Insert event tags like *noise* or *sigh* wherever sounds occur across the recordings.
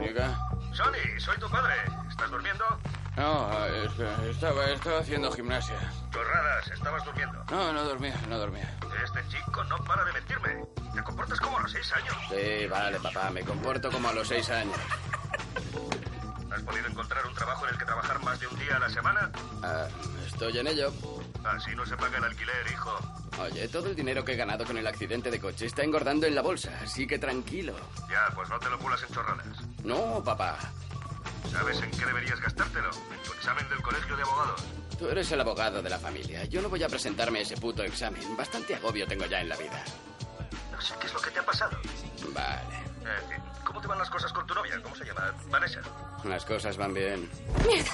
Diga. Sonny, soy tu padre. ¿Estás durmiendo? No, eh, es- estaba, estaba haciendo gimnasia. Chorradas, estabas durmiendo. No, no dormía, no dormía. Este chico no para de mentirme. Te comportas como a los seis años. Sí, vale, papá, me comporto como a los seis años. ¿Has podido encontrar un trabajo en el que trabajar más de un día a la semana? Ah, estoy en ello. Así no se paga el alquiler, hijo. Oye, todo el dinero que he ganado con el accidente de coche está engordando en la bolsa, así que tranquilo. Ya, pues no te lo pulas en chorradas. No, papá, ¿Sabes en qué deberías gastártelo? En tu examen del colegio de abogados. tú eres el abogado de la familia. Yo no voy a presentarme a ese puto examen. Bastante agobio tengo ya en la vida. No sé qué es lo que te ha pasado. Vale, En fin, ¿cómo te van las cosas con tu novia? ¿Cómo se llama? Vanessa. las cosas van bien. ¡Mierda!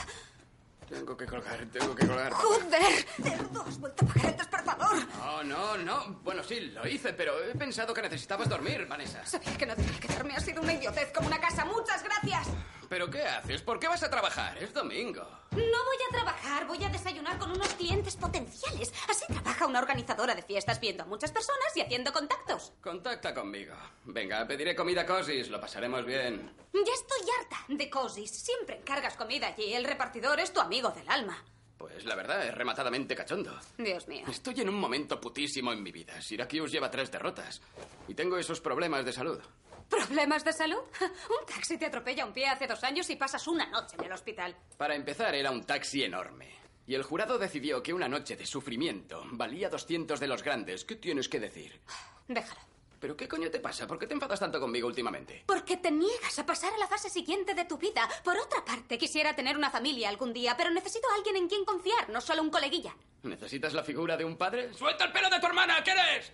Tengo que colgar, tengo que colgar. papá. ¡Joder! No has vuelto a pagar antes, por favor. No, no, no. Bueno, sí, lo hice, pero he pensado que necesitabas dormir, Vanessa. Sabía que no debía quedarme. Ha sido una idiotez como una casa. Muchas gracias. ¿Pero qué haces? ¿Por qué vas a trabajar? Es domingo. No voy a trabajar. Voy a desayunar con unos clientes potenciales. Así trabaja una organizadora de fiestas viendo a muchas personas y haciendo contactos. Contacta conmigo. Venga, pediré comida a Cosis, lo pasaremos bien. Ya estoy harta de cosis. Siempre encargas comida allí. El repartidor es tu amigo del alma. Pues la verdad, es rematadamente cachondo. Dios mío. Estoy en un momento putísimo en mi vida. Syracuse lleva tres derrotas. Y tengo esos problemas de salud. ¿Problemas de salud? *laughs* Un taxi te atropella un pie hace dos años y pasas una noche en el hospital. Para empezar, era un taxi enorme. Y el jurado decidió que una noche de sufrimiento valía 200 de los grandes. ¿Qué tienes que decir? Déjalo. ¿Pero qué coño te pasa? ¿Por qué te enfadas tanto conmigo últimamente? Porque te niegas a pasar a la fase siguiente de tu vida. Por otra parte, quisiera tener una familia algún día, pero necesito a alguien en quien confiar, no solo un coleguilla. ¿Necesitas la figura de un padre? ¡Suelta el pelo de tu hermana! ¿Qué eres?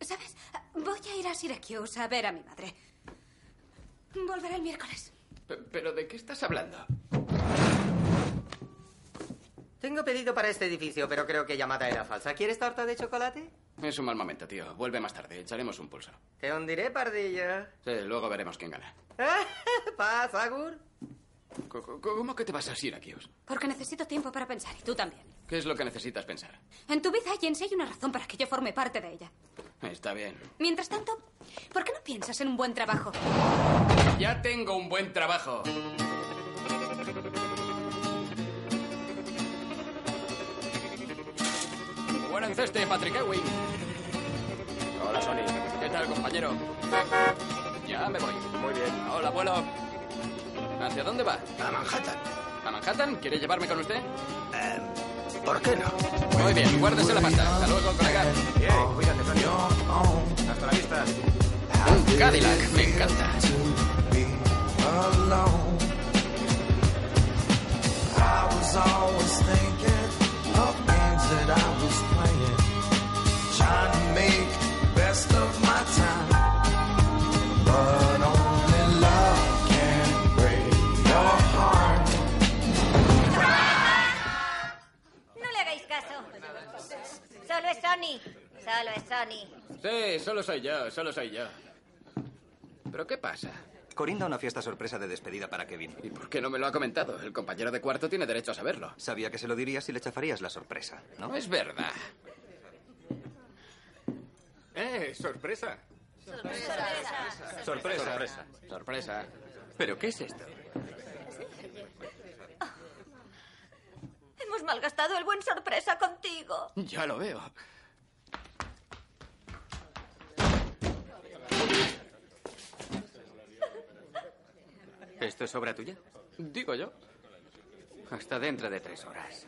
¿Sabes? Voy a ir a Syracuse a ver a mi madre. Volveré el miércoles. P- ¿Pero de qué estás hablando? Tengo pedido para este edificio, pero creo que llamada era falsa. ¿Quieres torta de chocolate? Es un mal momento, tío. Vuelve más tarde. Echaremos un pulso. Te hundiré, pardillo. *laughs* Sí, luego veremos quién gana. ¿Paz, Agur? Co- co- ¿Cómo que te vas a Syracuse? Porque necesito tiempo para pensar, y tú también. ¿Qué es lo que necesitas pensar? En tu vida, Jens, hay una razón para que yo forme parte de ella. Está bien. Mientras tanto, ¿por qué no piensas en un buen trabajo? Ya tengo un buen trabajo. Buen enceste, Patrick Ewing. Hola, Sony. ¿Qué tal, compañero? Ya me voy. Muy bien. Hola, abuelo. ¿Hacia dónde va? A Manhattan. ¿A Manhattan? ¿Quiere llevarme con usted? Em, ¿Por qué no? Muy bien, guárdese la pasta. Hasta luego, colega. Hasta la vista. Un Cadillac, me encanta. Be alone. I was always thinking of games that I was playing, trying to make the best of my time. But only love can break your heart. No le hagáis caso. Solo es Sony. Solo es Sony. Sí, solo soy yo, solo soy yo. ¿Pero qué pasa? Corinda una fiesta sorpresa de despedida para Kevin. ¿Y por qué no me lo ha comentado? El compañero de cuarto tiene derecho a saberlo. Sabía que se lo dirías y le chafarías la sorpresa, ¿no? No es verdad. ¡Eh, sorpresa! Sorpresa. Sorpresa. ¿Pero qué es esto? *laughs* Hemos malgastado el buen sorpresa contigo. Ya lo veo. ¿Esto es obra tuya? Digo yo. Hasta dentro de tres horas.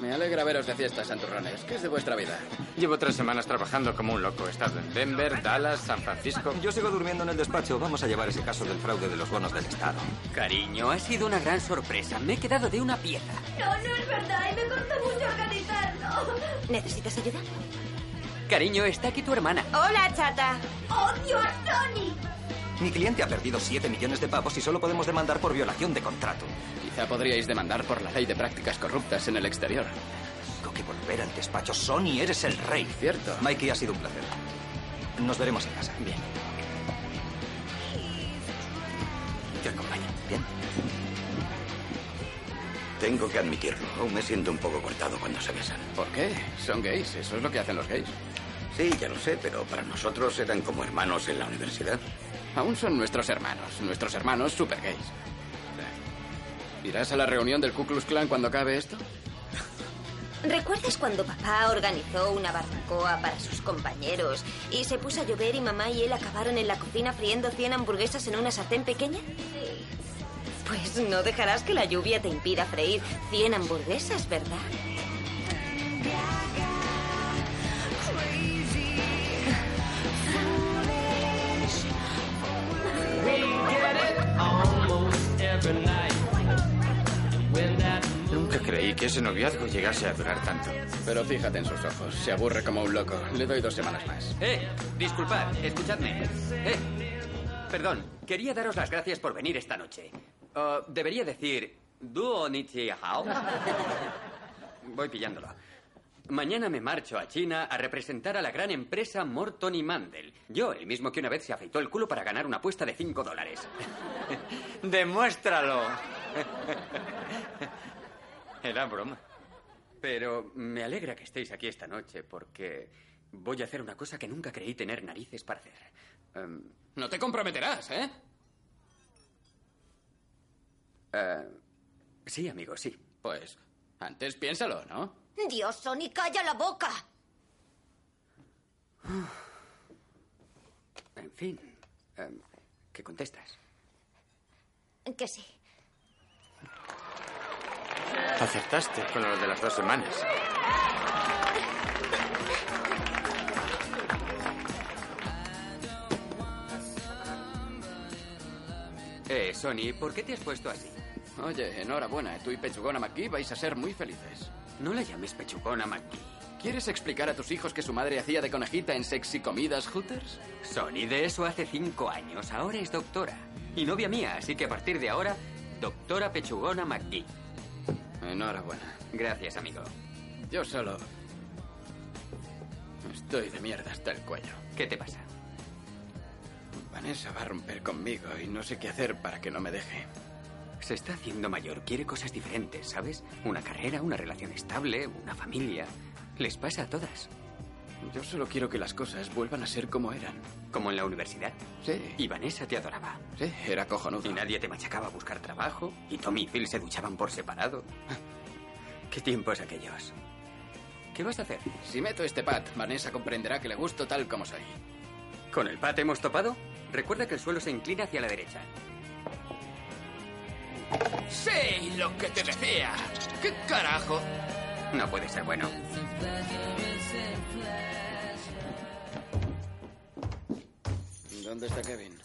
Me alegra veros de fiesta, santurrones. ¿Qué es de vuestra vida? Llevo tres semanas trabajando como un loco. He estado en Denver, Dallas, San Francisco. Yo sigo durmiendo en el despacho. Vamos a llevar ese caso del fraude de los bonos del Estado. Cariño, ha sido una gran sorpresa. Me he quedado de una pieza. No, no es verdad. Y me costó mucho organizarlo. ¿Necesitas ayuda? Cariño, está aquí tu hermana. Hola, chata. ¡Odio a Tony! Mi cliente ha perdido 7 millones de pavos y solo podemos demandar por violación de contrato. Quizá podríais demandar por la ley de prácticas corruptas en el exterior. Tengo que volver al despacho. Sony, eres el rey. Cierto. Mikey, ha sido un placer. Nos veremos en casa. Bien. Te acompaño. Bien. Tengo que admitirlo. Aún me siento un poco cortado cuando se besan. ¿Por qué? Son gays. Eso es lo que hacen los gays. Sí, ya lo sé, pero para nosotros eran como hermanos en la universidad. Aún son nuestros hermanos. Nuestros hermanos super gays. ¿Irás a la reunión del Ku Klux Klan cuando acabe esto? ¿Recuerdas cuando papá organizó una barbacoa para sus compañeros y se puso a llover y mamá y él acabaron en la cocina friendo 100 hamburguesas en una sartén pequeña? Pues no dejarás que la lluvia te impida freír 100 hamburguesas, ¿verdad? Nunca creí que ese noviazgo llegase a durar tanto. Pero fíjate en sus ojos. Se aburre como un loco. Le doy dos semanas más. Eh, disculpad, escuchadme. Eh, perdón, quería daros las gracias por venir esta noche. Uh, debería decir, duo nichi *laughs* hao. Voy pillándolo. Mañana me marcho a China a representar a la gran empresa Morton y Mandel. Yo, el mismo que una vez se afeitó el culo para ganar una apuesta de 5 dólares. *laughs* *laughs* Demuéstralo. Era broma. Pero me alegra que estéis aquí esta noche porque voy a hacer una cosa que nunca creí tener narices para hacer. Um, no te comprometerás, ¿eh? Uh, sí, amigo, sí. Pues antes piénsalo, ¿no? Dios, Sony, calla la boca. *sighs* En fin, um, ¿qué contestas? Que sí. Acertaste con lo de las dos semanas. Eh, Sony, ¿por qué te has puesto así? Oye, enhorabuena. Tú y Pechugona McKee vais a ser muy felices. No la llames Pechugona McKee. ¿Quieres explicar a tus hijos que su madre hacía de conejita en Sexy Comidas Hooters? Sony, de eso hace cinco años. Ahora es doctora. Y novia mía, así que a partir de ahora, doctora Pechugona McGee. Enhorabuena. Gracias, amigo. Yo solo... Estoy de mierda hasta el cuello. ¿Qué te pasa? Vanessa va a romper conmigo y no sé qué hacer para que no me deje. Se está haciendo mayor, quiere cosas diferentes, ¿sabes? Una carrera, una relación estable, una familia. Les pasa a todas. Yo solo quiero que las cosas vuelvan a ser como eran. ¿Como en la universidad? Sí. Y Vanessa te adoraba. Sí, era cojonudo. Y nadie te machacaba a buscar trabajo. Y Tommy y Phil se duchaban por separado. *laughs* ¿Qué tiempos aquellos? ¿Qué vas a hacer? Si meto este pat, Vanessa comprenderá que le gusto tal como soy. ¿Con el pat hemos topado? Recuerda que el suelo se inclina hacia la derecha. ¡Sí! ¡Lo que te decía! ¡Qué carajo! No puede ser bueno. ¿Dónde está Kevin?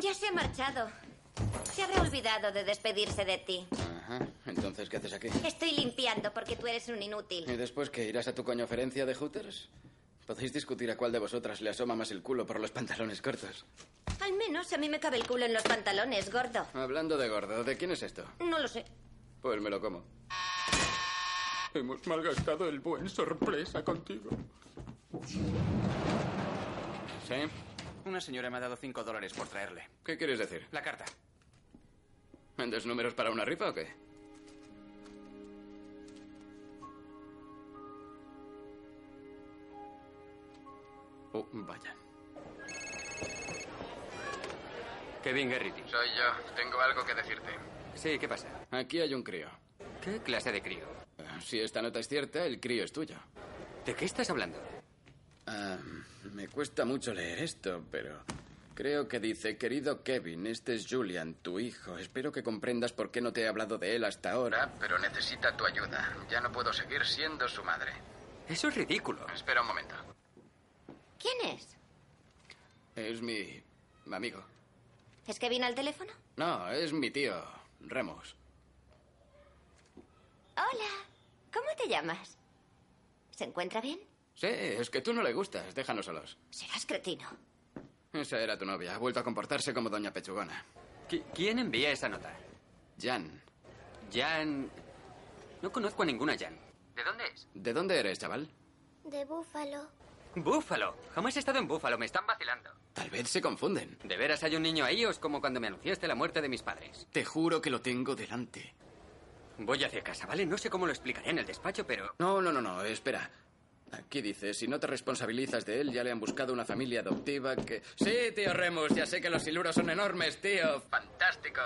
Ya se ha marchado. Se habrá olvidado de despedirse de ti. Ajá. Entonces, ¿qué haces aquí? Estoy limpiando porque tú eres un inútil. ¿Y después qué? ¿Irás a tu coñoferencia de Hooters? Podéis discutir a cuál de vosotras le asoma más el culo por los pantalones cortos. Al menos a mí me cabe el culo en los pantalones, gordo. Hablando de gordo, ¿de quién es esto? No lo sé. Pues me lo como. Hemos malgastado el buen sorpresa contigo. ¿Sí? Una señora me ha dado cinco dólares por traerle. ¿Qué quieres decir? La carta. ¿Vendes números para una rifa o qué? Oh, vaya. Kevin Garrity. Soy yo. Tengo algo que decirte. Sí, ¿qué pasa? Aquí hay un crío. ¿Qué clase de crío? Uh, Si esta nota es cierta, el crío es tuyo. ¿De qué estás hablando? me cuesta mucho leer esto, pero creo que dice, querido Kevin, este es Julian, tu hijo. Espero que comprendas por qué no te he hablado de él hasta ahora, pero necesita tu ayuda. Ya no puedo seguir siendo su madre. Eso es ridículo. Espera un momento. ¿Quién es? Es mi amigo. ¿Es que vino al teléfono? No, es mi tío, Ramos. Hola, ¿cómo te llamas? ¿Se encuentra bien? Sí, es que tú no le gustas. Déjanos solos. Serás cretino. Esa era tu novia. Ha vuelto a comportarse como doña pechugona. ¿Quién envía esa nota? Jan. Jan... No conozco a ninguna Jan. ¿De dónde es? ¿De dónde eres, chaval? De búfalo. Búfalo. Jamás he estado en Búfalo. Me están vacilando. Tal vez se confunden. ¿De veras hay un niño ahí o es como cuando me anunciaste la muerte de mis padres? Te juro que lo tengo delante. Voy hacia casa, ¿vale? No sé cómo lo explicaré en el despacho, pero... No, no, no, no. Espera. Aquí dice, si no te responsabilizas de él, ya le han buscado una familia adoptiva que... Sí, tío Remus, ya sé que los siluros son enormes, tío. Fantástico.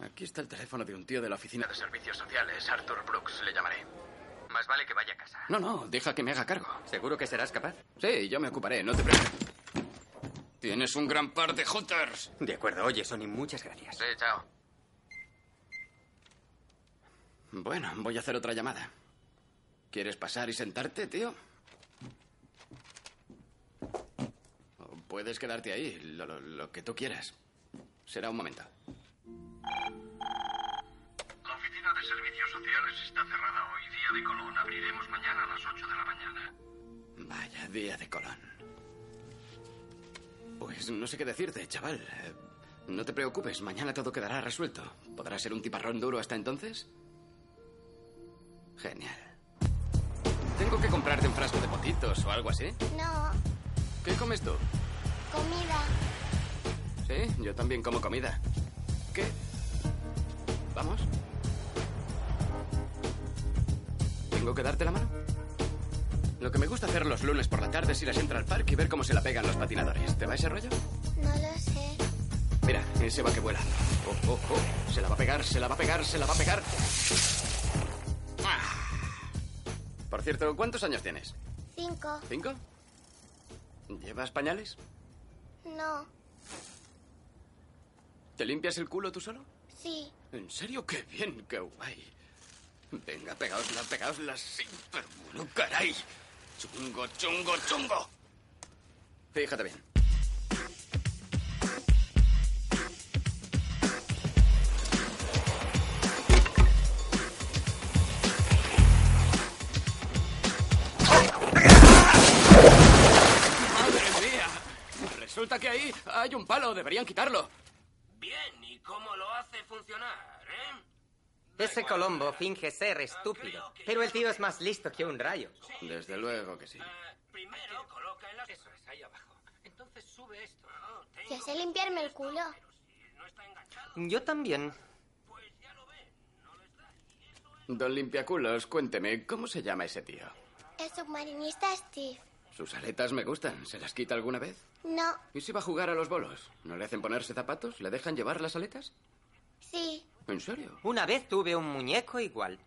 Aquí está el teléfono de un tío de la oficina de servicios sociales, Arthur Brooks, le llamaré. Más vale que vaya a casa. No, no, deja que me haga cargo. ¿Seguro que serás capaz? Sí, yo me ocuparé, no te preocupes. Tienes un gran par de hooters. De acuerdo, oye, Sonny, muchas gracias. Sí, chao. Bueno, voy a hacer otra llamada. ¿Quieres pasar y sentarte, tío? O puedes quedarte ahí, lo, lo- lo que tú quieras. Será un momento. La oficina de servicios sociales está cerrada hoy, día de Colón. Abriremos mañana a las 8 de la mañana. Vaya día de Colón. Pues no sé qué decirte, chaval. Eh, No te preocupes, mañana todo quedará resuelto. ¿Podrás ser un tiparrón duro hasta entonces? Genial. ¿Tengo que comprarte un frasco de potitos o algo así? No, ¿Qué comes tú? comida. Sí, yo también como comida. ¿Qué? ¿Vamos? ¿Tengo que darte la mano? Lo que me gusta hacer los lunes por la tarde es ir a Central Park y ver cómo se la pegan los patinadores. ¿Te va ese rollo? No lo sé. Mira, ese va que vuela. Oh, oh, oh. Se la va a pegar, se la va a pegar, se la va a pegar. Ah. Por cierto, ¿cuántos años tienes? Cinco. ¿Cinco? ¿Llevas pañales? No. ¿Te limpias el culo tú solo? Sí. ¿En serio? ¡Qué bien! ¡Qué guay! Venga, pegaosla, pegaosla. Sí, pero bueno, caray. Chungo, chungo, chungo. Fíjate bien. ¡Madre mía! Resulta que ahí hay un palo. Deberían quitarlo. Bien, ¿y cómo lo hace funcionar, eh? Ese Colombo finge ser estúpido, pero el tío es más listo que un rayo. Desde luego que sí. Primero coloca en las... Eso es, ahí abajo. Entonces sube esto. Ya sé limpiarme el culo. Yo también. Don Limpiaculos, cuénteme, ¿cómo se llama ese tío? El submarinista Steve. Sus aletas me gustan. ¿Se las quita alguna vez? No. ¿Y si va a jugar a los bolos? ¿No le hacen ponerse zapatos? ¿Le dejan llevar las aletas? Sí. ¿En serio? Una vez tuve un muñeco igual,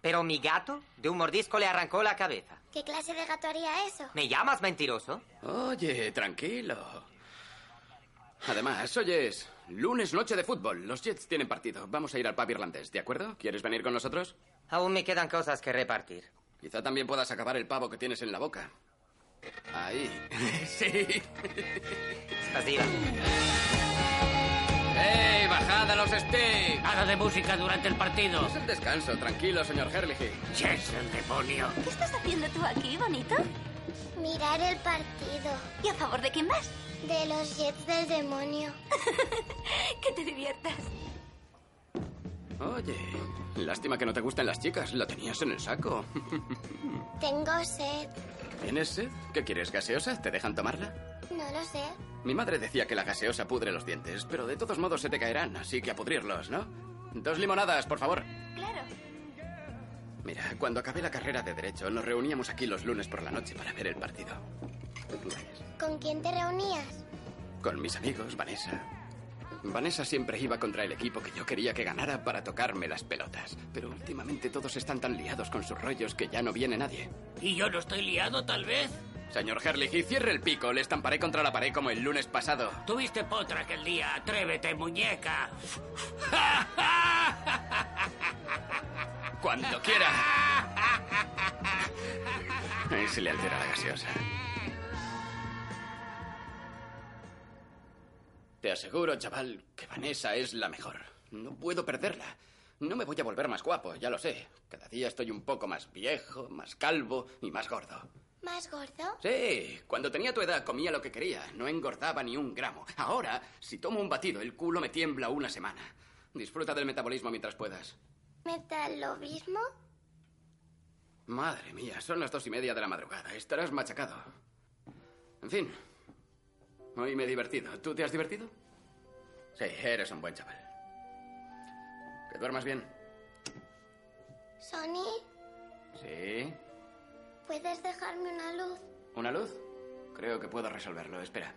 pero mi gato de un mordisco le arrancó la cabeza. ¿Qué clase de gato haría eso? ¿Me llamas mentiroso? Oye, tranquilo. Además, hoy es lunes noche de fútbol. Los Jets tienen partido. Vamos a ir al pub irlandés, ¿de acuerdo? ¿Quieres venir con nosotros? Aún me quedan cosas que repartir. Quizá también puedas acabar el pavo que tienes en la boca. Ahí. *laughs* sí. Así ¡Ey, bajad a los sticks! Nada de música durante el partido. Es el descanso, tranquilo, señor Herlihy. ¡Yes, el demonio! ¿Qué estás haciendo tú aquí, bonito? Mirar el partido. ¿Y a favor de quién vas? De los jets del demonio. *laughs* Que te diviertas. Oye, lástima que no te gusten las chicas. La tenías en el saco. *laughs* Tengo sed. ¿Tienes sed? ¿Qué quieres, gaseosa? ¿Te dejan tomarla? No lo sé. Mi madre decía que la gaseosa pudre los dientes, pero de todos modos se te caerán, así que a pudrirlos, ¿no? Dos limonadas, por favor. Claro. Mira, cuando acabé la carrera de Derecho, nos reuníamos aquí los lunes por la noche para ver el partido. ¿Con quién te reunías? Con mis amigos, Vanessa. Vanessa siempre iba contra el equipo que yo quería que ganara para tocarme las pelotas. Pero últimamente todos están tan liados con sus rollos que ya no viene nadie. ¿Y yo no estoy liado, tal vez? Señor Herlihy, cierre el pico. Le estamparé contra la pared como el lunes pasado. Tuviste potra aquel día. Atrévete, muñeca. *laughs* Cuando quiera. Ahí se le altera la gaseosa. Te aseguro, chaval, que Vanessa es la mejor. No puedo perderla. No me voy a volver más guapo, ya lo sé. Cada día estoy un poco más viejo, más calvo y más gordo. ¿Más gordo? Sí, cuando tenía tu edad comía lo que quería, no engordaba ni un gramo. Ahora, si tomo un batido, el culo me tiembla una semana. Disfruta del metabolismo mientras puedas. ¿Metalobismo? Madre mía, son las dos y media de la madrugada. Estarás machacado. En fin, hoy me he divertido. ¿Tú te has divertido? Sí, eres un buen chaval. Que duermas bien. Sony, Sí. ¿puedes dejarme una luz? ¿Una luz? Creo que puedo resolverlo. Espera.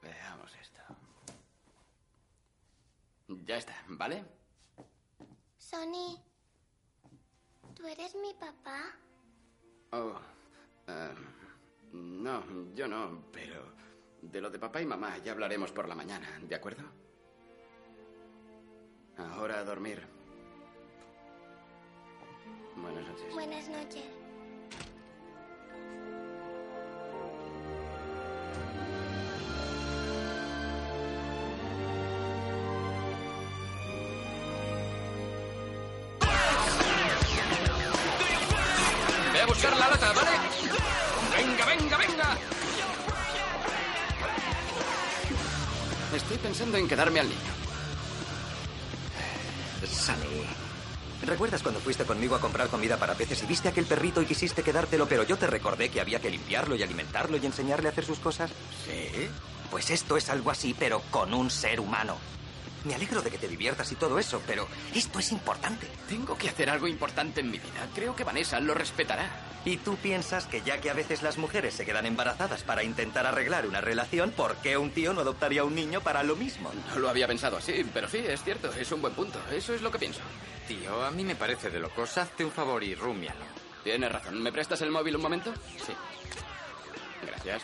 Veamos esto. Ya está, ¿vale? Sony, ¿tú eres mi papá? Oh, eh, no, yo no, pero de lo de papá y mamá ya hablaremos por la mañana, ¿de acuerdo? Ahora a dormir. Buenas noches. Buenas noches. Ve a buscar la lata, ¿vale? Venga, venga, venga. Estoy pensando en quedarme al niño. Sammy. ¿Recuerdas cuando fuiste conmigo a comprar comida para peces y viste aquel perrito y quisiste quedártelo, pero yo te recordé que había que limpiarlo y alimentarlo y enseñarle a hacer sus cosas? Sí. Pues esto es algo así, pero con un ser humano. Me alegro de que te diviertas y todo eso, pero esto es importante. Tengo que hacer algo importante en mi vida. Creo que Vanessa lo respetará. ¿Y tú piensas que ya que a veces las mujeres se quedan embarazadas para intentar arreglar una relación, ¿por qué un tío no adoptaría un niño para lo mismo? No lo había pensado así, pero sí, es cierto, es un buen punto. Eso es lo que pienso. Tío, a mí me parece de locos. Hazte un favor y rumialo. Tienes razón. ¿Me prestas el móvil un momento? Sí. Gracias.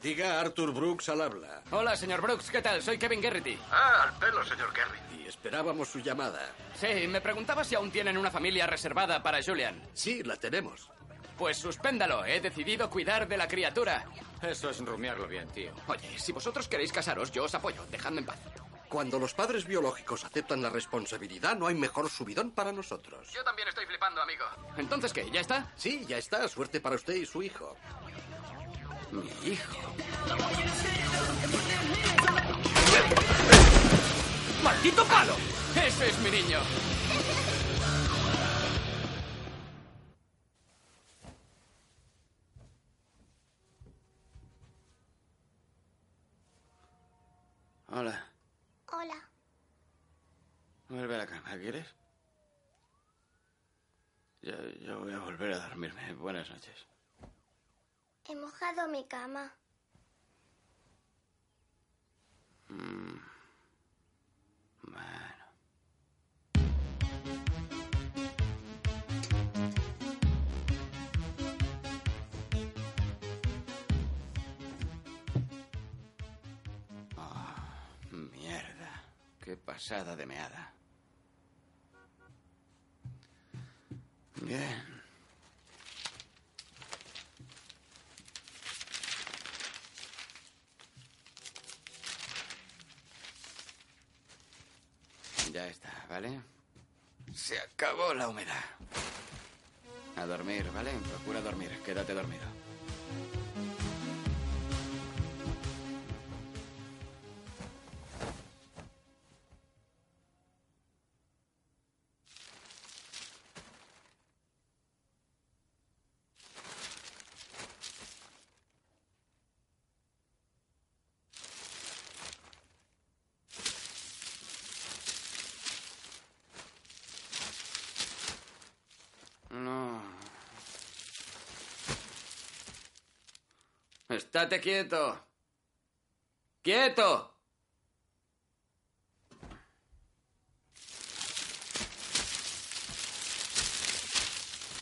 Diga Arthur Brooks al habla. Hola, señor Brooks, ¿qué tal? Soy Kevin Garrity. Ah, al pelo, señor Garrity. Esperábamos su llamada. Sí, me preguntaba si aún tienen una familia reservada para Julian. Sí, la tenemos. Pues suspéndalo, he decidido cuidar de la criatura. Eso es rumiarlo bien, tío. Oye, si vosotros queréis casaros, yo os apoyo. Dejadme en paz. Cuando los padres biológicos aceptan la responsabilidad, no hay mejor subidón para nosotros. Yo también estoy flipando, amigo. ¿Entonces qué? ¿Ya está? Sí, ya está. Suerte para usted y su hijo. Mi hijo. ¡Maldito palo! ¡Ese es mi niño! Hola. Hola. Vuelve a la cama, ¿quieres? Yo, yo voy a volver a dormirme. Buenas noches. He mojado mi cama. Mm. Bueno. Ah, mierda. Qué pasada de meada. Bien. Ya está, ¿vale? Se acabó la humedad. A dormir, ¿vale? Procura dormir. Quédate dormido. Estate quieto. ¡Quieto!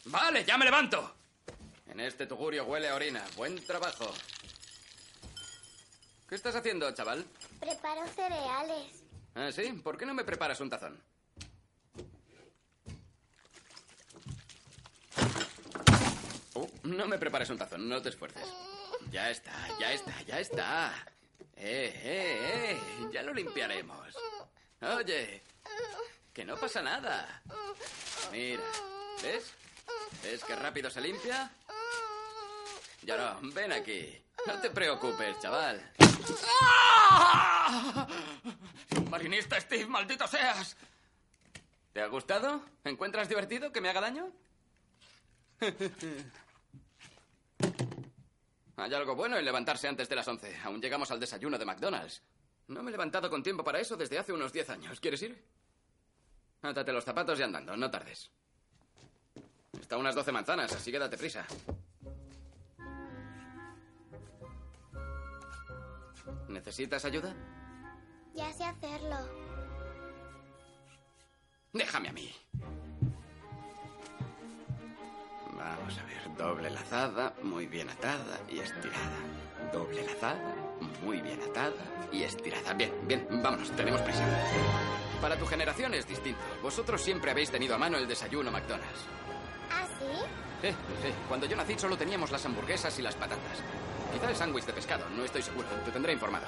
Vale, ya me levanto. En este tugurio huele a orina. Buen trabajo. ¿Qué estás haciendo, chaval? Preparo cereales. ¿Ah, sí? ¿Por qué no me preparas un tazón? Oh, no me prepares un tazón, no te esfuerces. Ya está, ya está, ya está. Eh, eh, eh, ya lo limpiaremos. Oye, que no pasa nada. Mira, ¿ves? ¿Ves que rápido se limpia? Llorón, ven aquí. No te preocupes, chaval. Marinista Steve, maldito seas. ¿Te ha gustado? ¿Encuentras divertido que me haga daño? Hay algo bueno en levantarse antes de las 11. Aún llegamos al desayuno de McDonald's. No me he levantado con tiempo para eso desde hace unos 10 años. ¿Quieres ir? Átate los zapatos y andando, no tardes. Está a unas 12 manzanas, así que date prisa. ¿Necesitas ayuda? Ya sé hacerlo. Déjame a mí. Vamos a ver, doble lazada, muy bien atada y estirada. Doble lazada, muy bien atada y estirada. Bien, bien, vámonos, tenemos prisa. Para tu generación es distinto. Vosotros siempre habéis tenido a mano el desayuno McDonald's. ¿Ah, sí? Sí, sí. Eh, Cuando yo nací solo teníamos las hamburguesas y las patatas. Quizá el sándwich de pescado, no estoy seguro. Te tendré informado.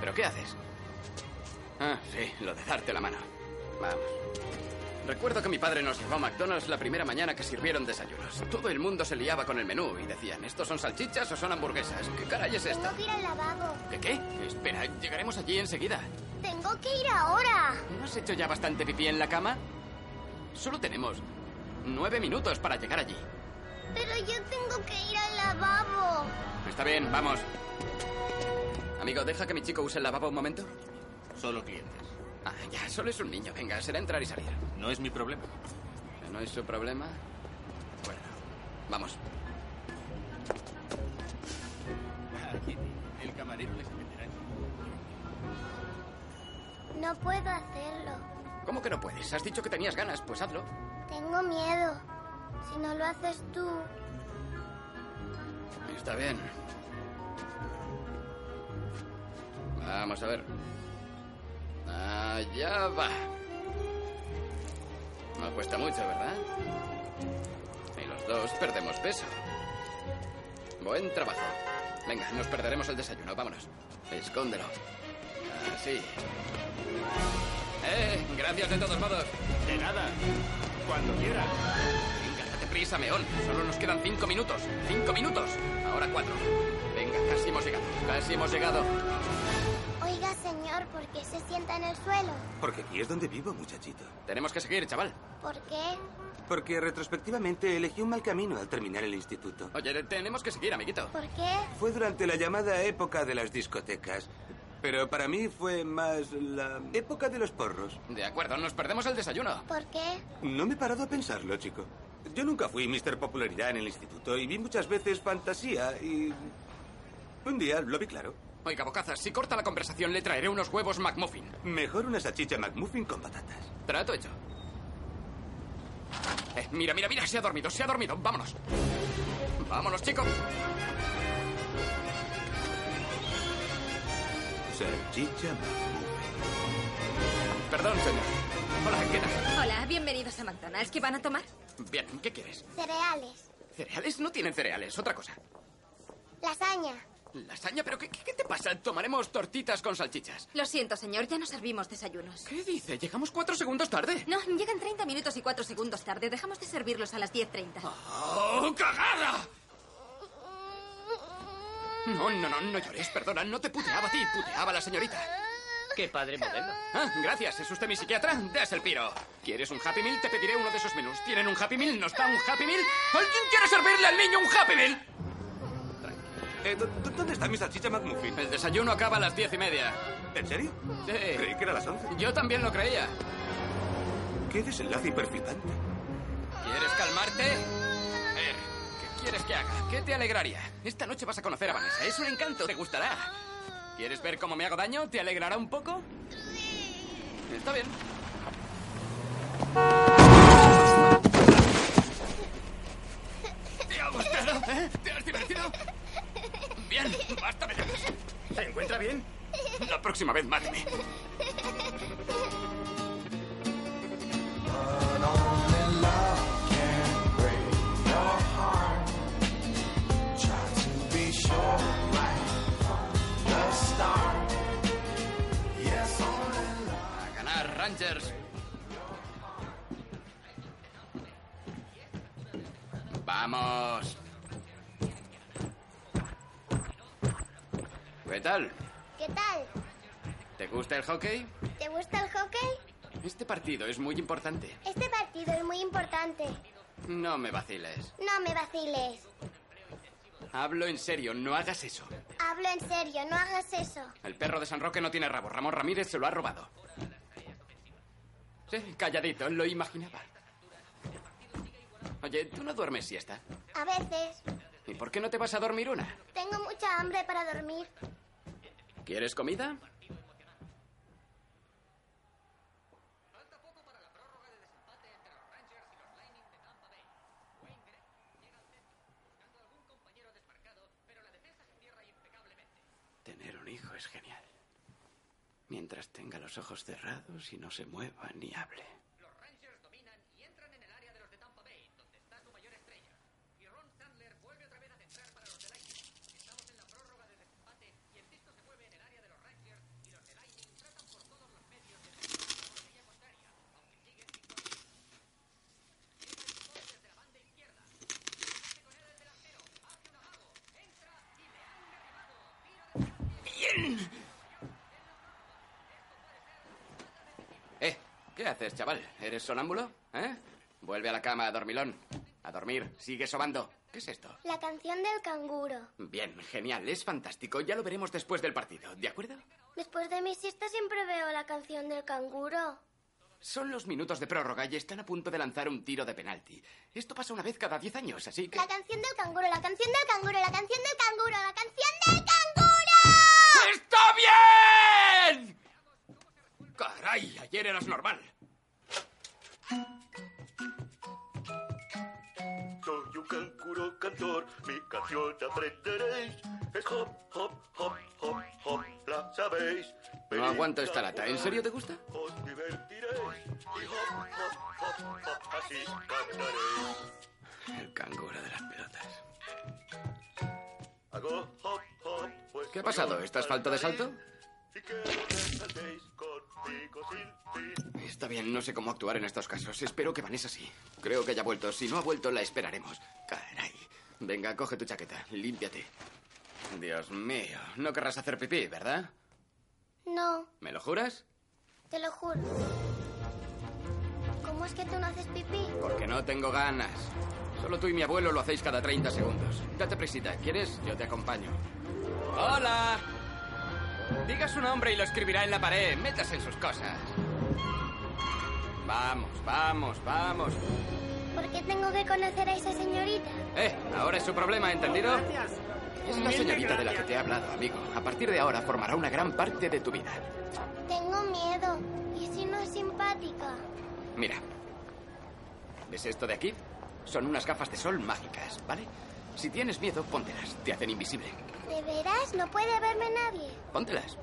¿Pero qué haces? Ah, sí, lo de darte la mano. Vamos. Recuerdo que mi padre nos llevó a McDonald's la primera mañana que sirvieron desayunos. Todo el mundo se liaba con el menú y decían, ¿estos son salchichas o son hamburguesas? ¿Qué caray es esto? Tengo que ir al lavabo. ¿Qué qué? Espera, llegaremos allí enseguida. Tengo que ir ahora. ¿No has hecho ya bastante pipí en la cama? Solo tenemos nueve minutos para llegar allí. Pero yo tengo que ir al lavabo. Está bien, vamos. Amigo, deja que mi chico use el lavabo un momento. Solo clientes. Ah, ya, solo es un niño. Venga, será entrar y salir. No es mi problema. ¿No es su problema? Bueno, vamos. El camarero les meterá. No puedo hacerlo. ¿Cómo que no puedes? Has dicho que tenías ganas, pues hazlo. Tengo miedo. Si no lo haces tú, Está bien. Vamos a ver. Allá va. No cuesta mucho, ¿verdad? Y los dos perdemos peso. Buen trabajo. Venga, nos perderemos el desayuno, vámonos. Escóndelo. Así. ¡Eh! Gracias de todos modos. De nada. Cuando quieras. Venga, date prisa, Meón. Solo nos quedan cinco minutos. Cinco minutos. Ahora cuatro. Venga, casi hemos llegado. Casi hemos llegado. oiga señor, ¿por qué se sienta en el suelo? Porque aquí es donde vivo, muchachito. Tenemos que seguir, chaval. ¿Por qué? Porque retrospectivamente elegí un mal camino al terminar el instituto. Oye, tenemos que seguir, amiguito. ¿Por qué? Fue durante la llamada época de las discotecas. Pero para mí fue más la época de los porros. De acuerdo, nos perdemos el desayuno. ¿Por qué? No me he parado a pensarlo, chico. Yo nunca fui Mr. Popularidad en el instituto y vi muchas veces fantasía y... Un día lo vi claro. Oiga, Bocazas, si corta la conversación le traeré unos huevos McMuffin. Mejor una salchicha McMuffin con patatas. Trato hecho. Eh, mira, mira, mira, se ha dormido, se ha dormido. Vámonos. Vámonos, chicos. Salchicha McMuffin. Perdón, señor. Hola, ¿qué tal? Hola, bienvenidos a McDonald's. ¿Qué van a tomar? Bien, ¿qué quieres? cereales, ¿Cereales? No tienen cereales, otra cosa. lasaña. Lasaña, pero ¿qué, qué, qué te pasa? Tomaremos tortitas con salchichas. Lo siento, señor, ya no servimos desayunos. ¿Qué dice? Llegamos cuatro segundos tarde. No, llegan 30 minutos y 4 segundos tarde. Dejamos de servirlos a las 10.30. ¡Oh, cagada! No, no, no, no llores, perdona, no te puteaba a ti, puteaba a la señorita. Qué padre modelo. Ah, gracias, ¿es usted mi psiquiatra? Des el piro. ¿Quieres un Happy Meal? Te pediré uno de esos menús. ¿Tienen un Happy Meal? ¿Nos da un Happy Meal? ¿Alguien quiere servirle al niño un Happy Meal? Eh, ¿dó- dó- ¿Dónde está mi salchicha McMuffin? El desayuno acaba a las diez y media. ¿En serio? Sí. Creí que era las 11. Yo también lo creía. Qué desenlace hiperfitante. ¿Quieres calmarte? Eh, que quieres que haga? ¿Qué te alegraría? Esta noche vas a conocer a Vanessa. Es un encanto, te gustará. ¿Quieres ver cómo me hago daño? ¿Te alegrará un poco? Está bien. ¿Te ha gustado? eh? ¿Te has divertido? Bien, basta de lloros. ¿Se encuentra bien? La próxima vez, máteme. Only love can break your heart. Try to be sure right from the start. Yes, only love. A ganar, Rangers. Vamos. ¿Qué tal? ¿Qué tal? ¿Te gusta el hockey? ¿Te gusta el hockey? Este partido es muy importante. Este partido es muy importante. No me vaciles. No me vaciles. Hablo en serio, no hagas eso. Hablo en serio, no hagas eso. El perro de San Roque no tiene rabo. Ramón Ramírez se lo ha robado. Sí, calladito, lo imaginaba. Oye, ¿tú no duermes siesta? A veces ¿Y por qué no te vas a dormir una? tengo mucha hambre para dormir. ¿Quieres comida? Tener un hijo es genial. Mientras tenga los ojos cerrados y no se mueva ni hable. Eh, ¿qué haces, chaval? ¿Eres sonámbulo? ¿Eh? Vuelve a la cama, a dormilón. A dormir, sigue sobando. ¿Qué es esto? La canción del canguro. Bien, genial, es fantástico. Ya lo veremos después del partido, ¿de acuerdo? Después de mi siesta siempre veo la canción del canguro. Son los minutos de prórroga y están a punto de lanzar un tiro de penalti. Esto pasa una vez cada 10 años, así que... La canción del canguro, la canción del canguro, la canción del canguro, la canción del ¡Está bien! Caray, ayer eras normal. Soy un canguro cantor, mi canción aprenderéis. Es hop, hop, hop, hop, hop, la sabéis. No aguanto esta lata. ¿En serio te gusta? Os divertiréis. Y hop, hop, hop, hop, así cantaréis. El canguro de las pelotas. Hago hop, hop, pues ¿Qué ha pasado? ¿Estás falto de salto? Y que os saltéis contigo sin ti. Está bien, no sé cómo actuar en estos casos. Espero que Vanessa sí. Creo que haya vuelto. Si no ha vuelto, la esperaremos. Caray. Venga, coge tu chaqueta. Límpiate. Dios mío. No querrás hacer pipí, ¿verdad? No, ¿Me lo juras? te lo juro. ¿Cómo es que tú no haces pipí? Porque no tengo ganas. Solo tú y mi abuelo lo hacéis cada 30 segundos. Date prisita. ¿Quieres? Yo te acompaño. ¡Hola! Diga su nombre y lo escribirá en la pared. Métase en sus cosas. Vamos, vamos, vamos. ¿Por qué tengo que conocer a esa señorita? Eh, ahora es su problema, ¿entendido? Es la señorita de la que te he hablado, amigo. A partir de ahora formará una gran parte de tu vida. Tengo miedo. ¿Y si no es simpática? Mira. ¿Ves esto de aquí? Son unas gafas de sol mágicas, ¿vale? Si tienes miedo, póntelas. Te hacen invisible. ¿De veras? No puede verme nadie. Póntelas.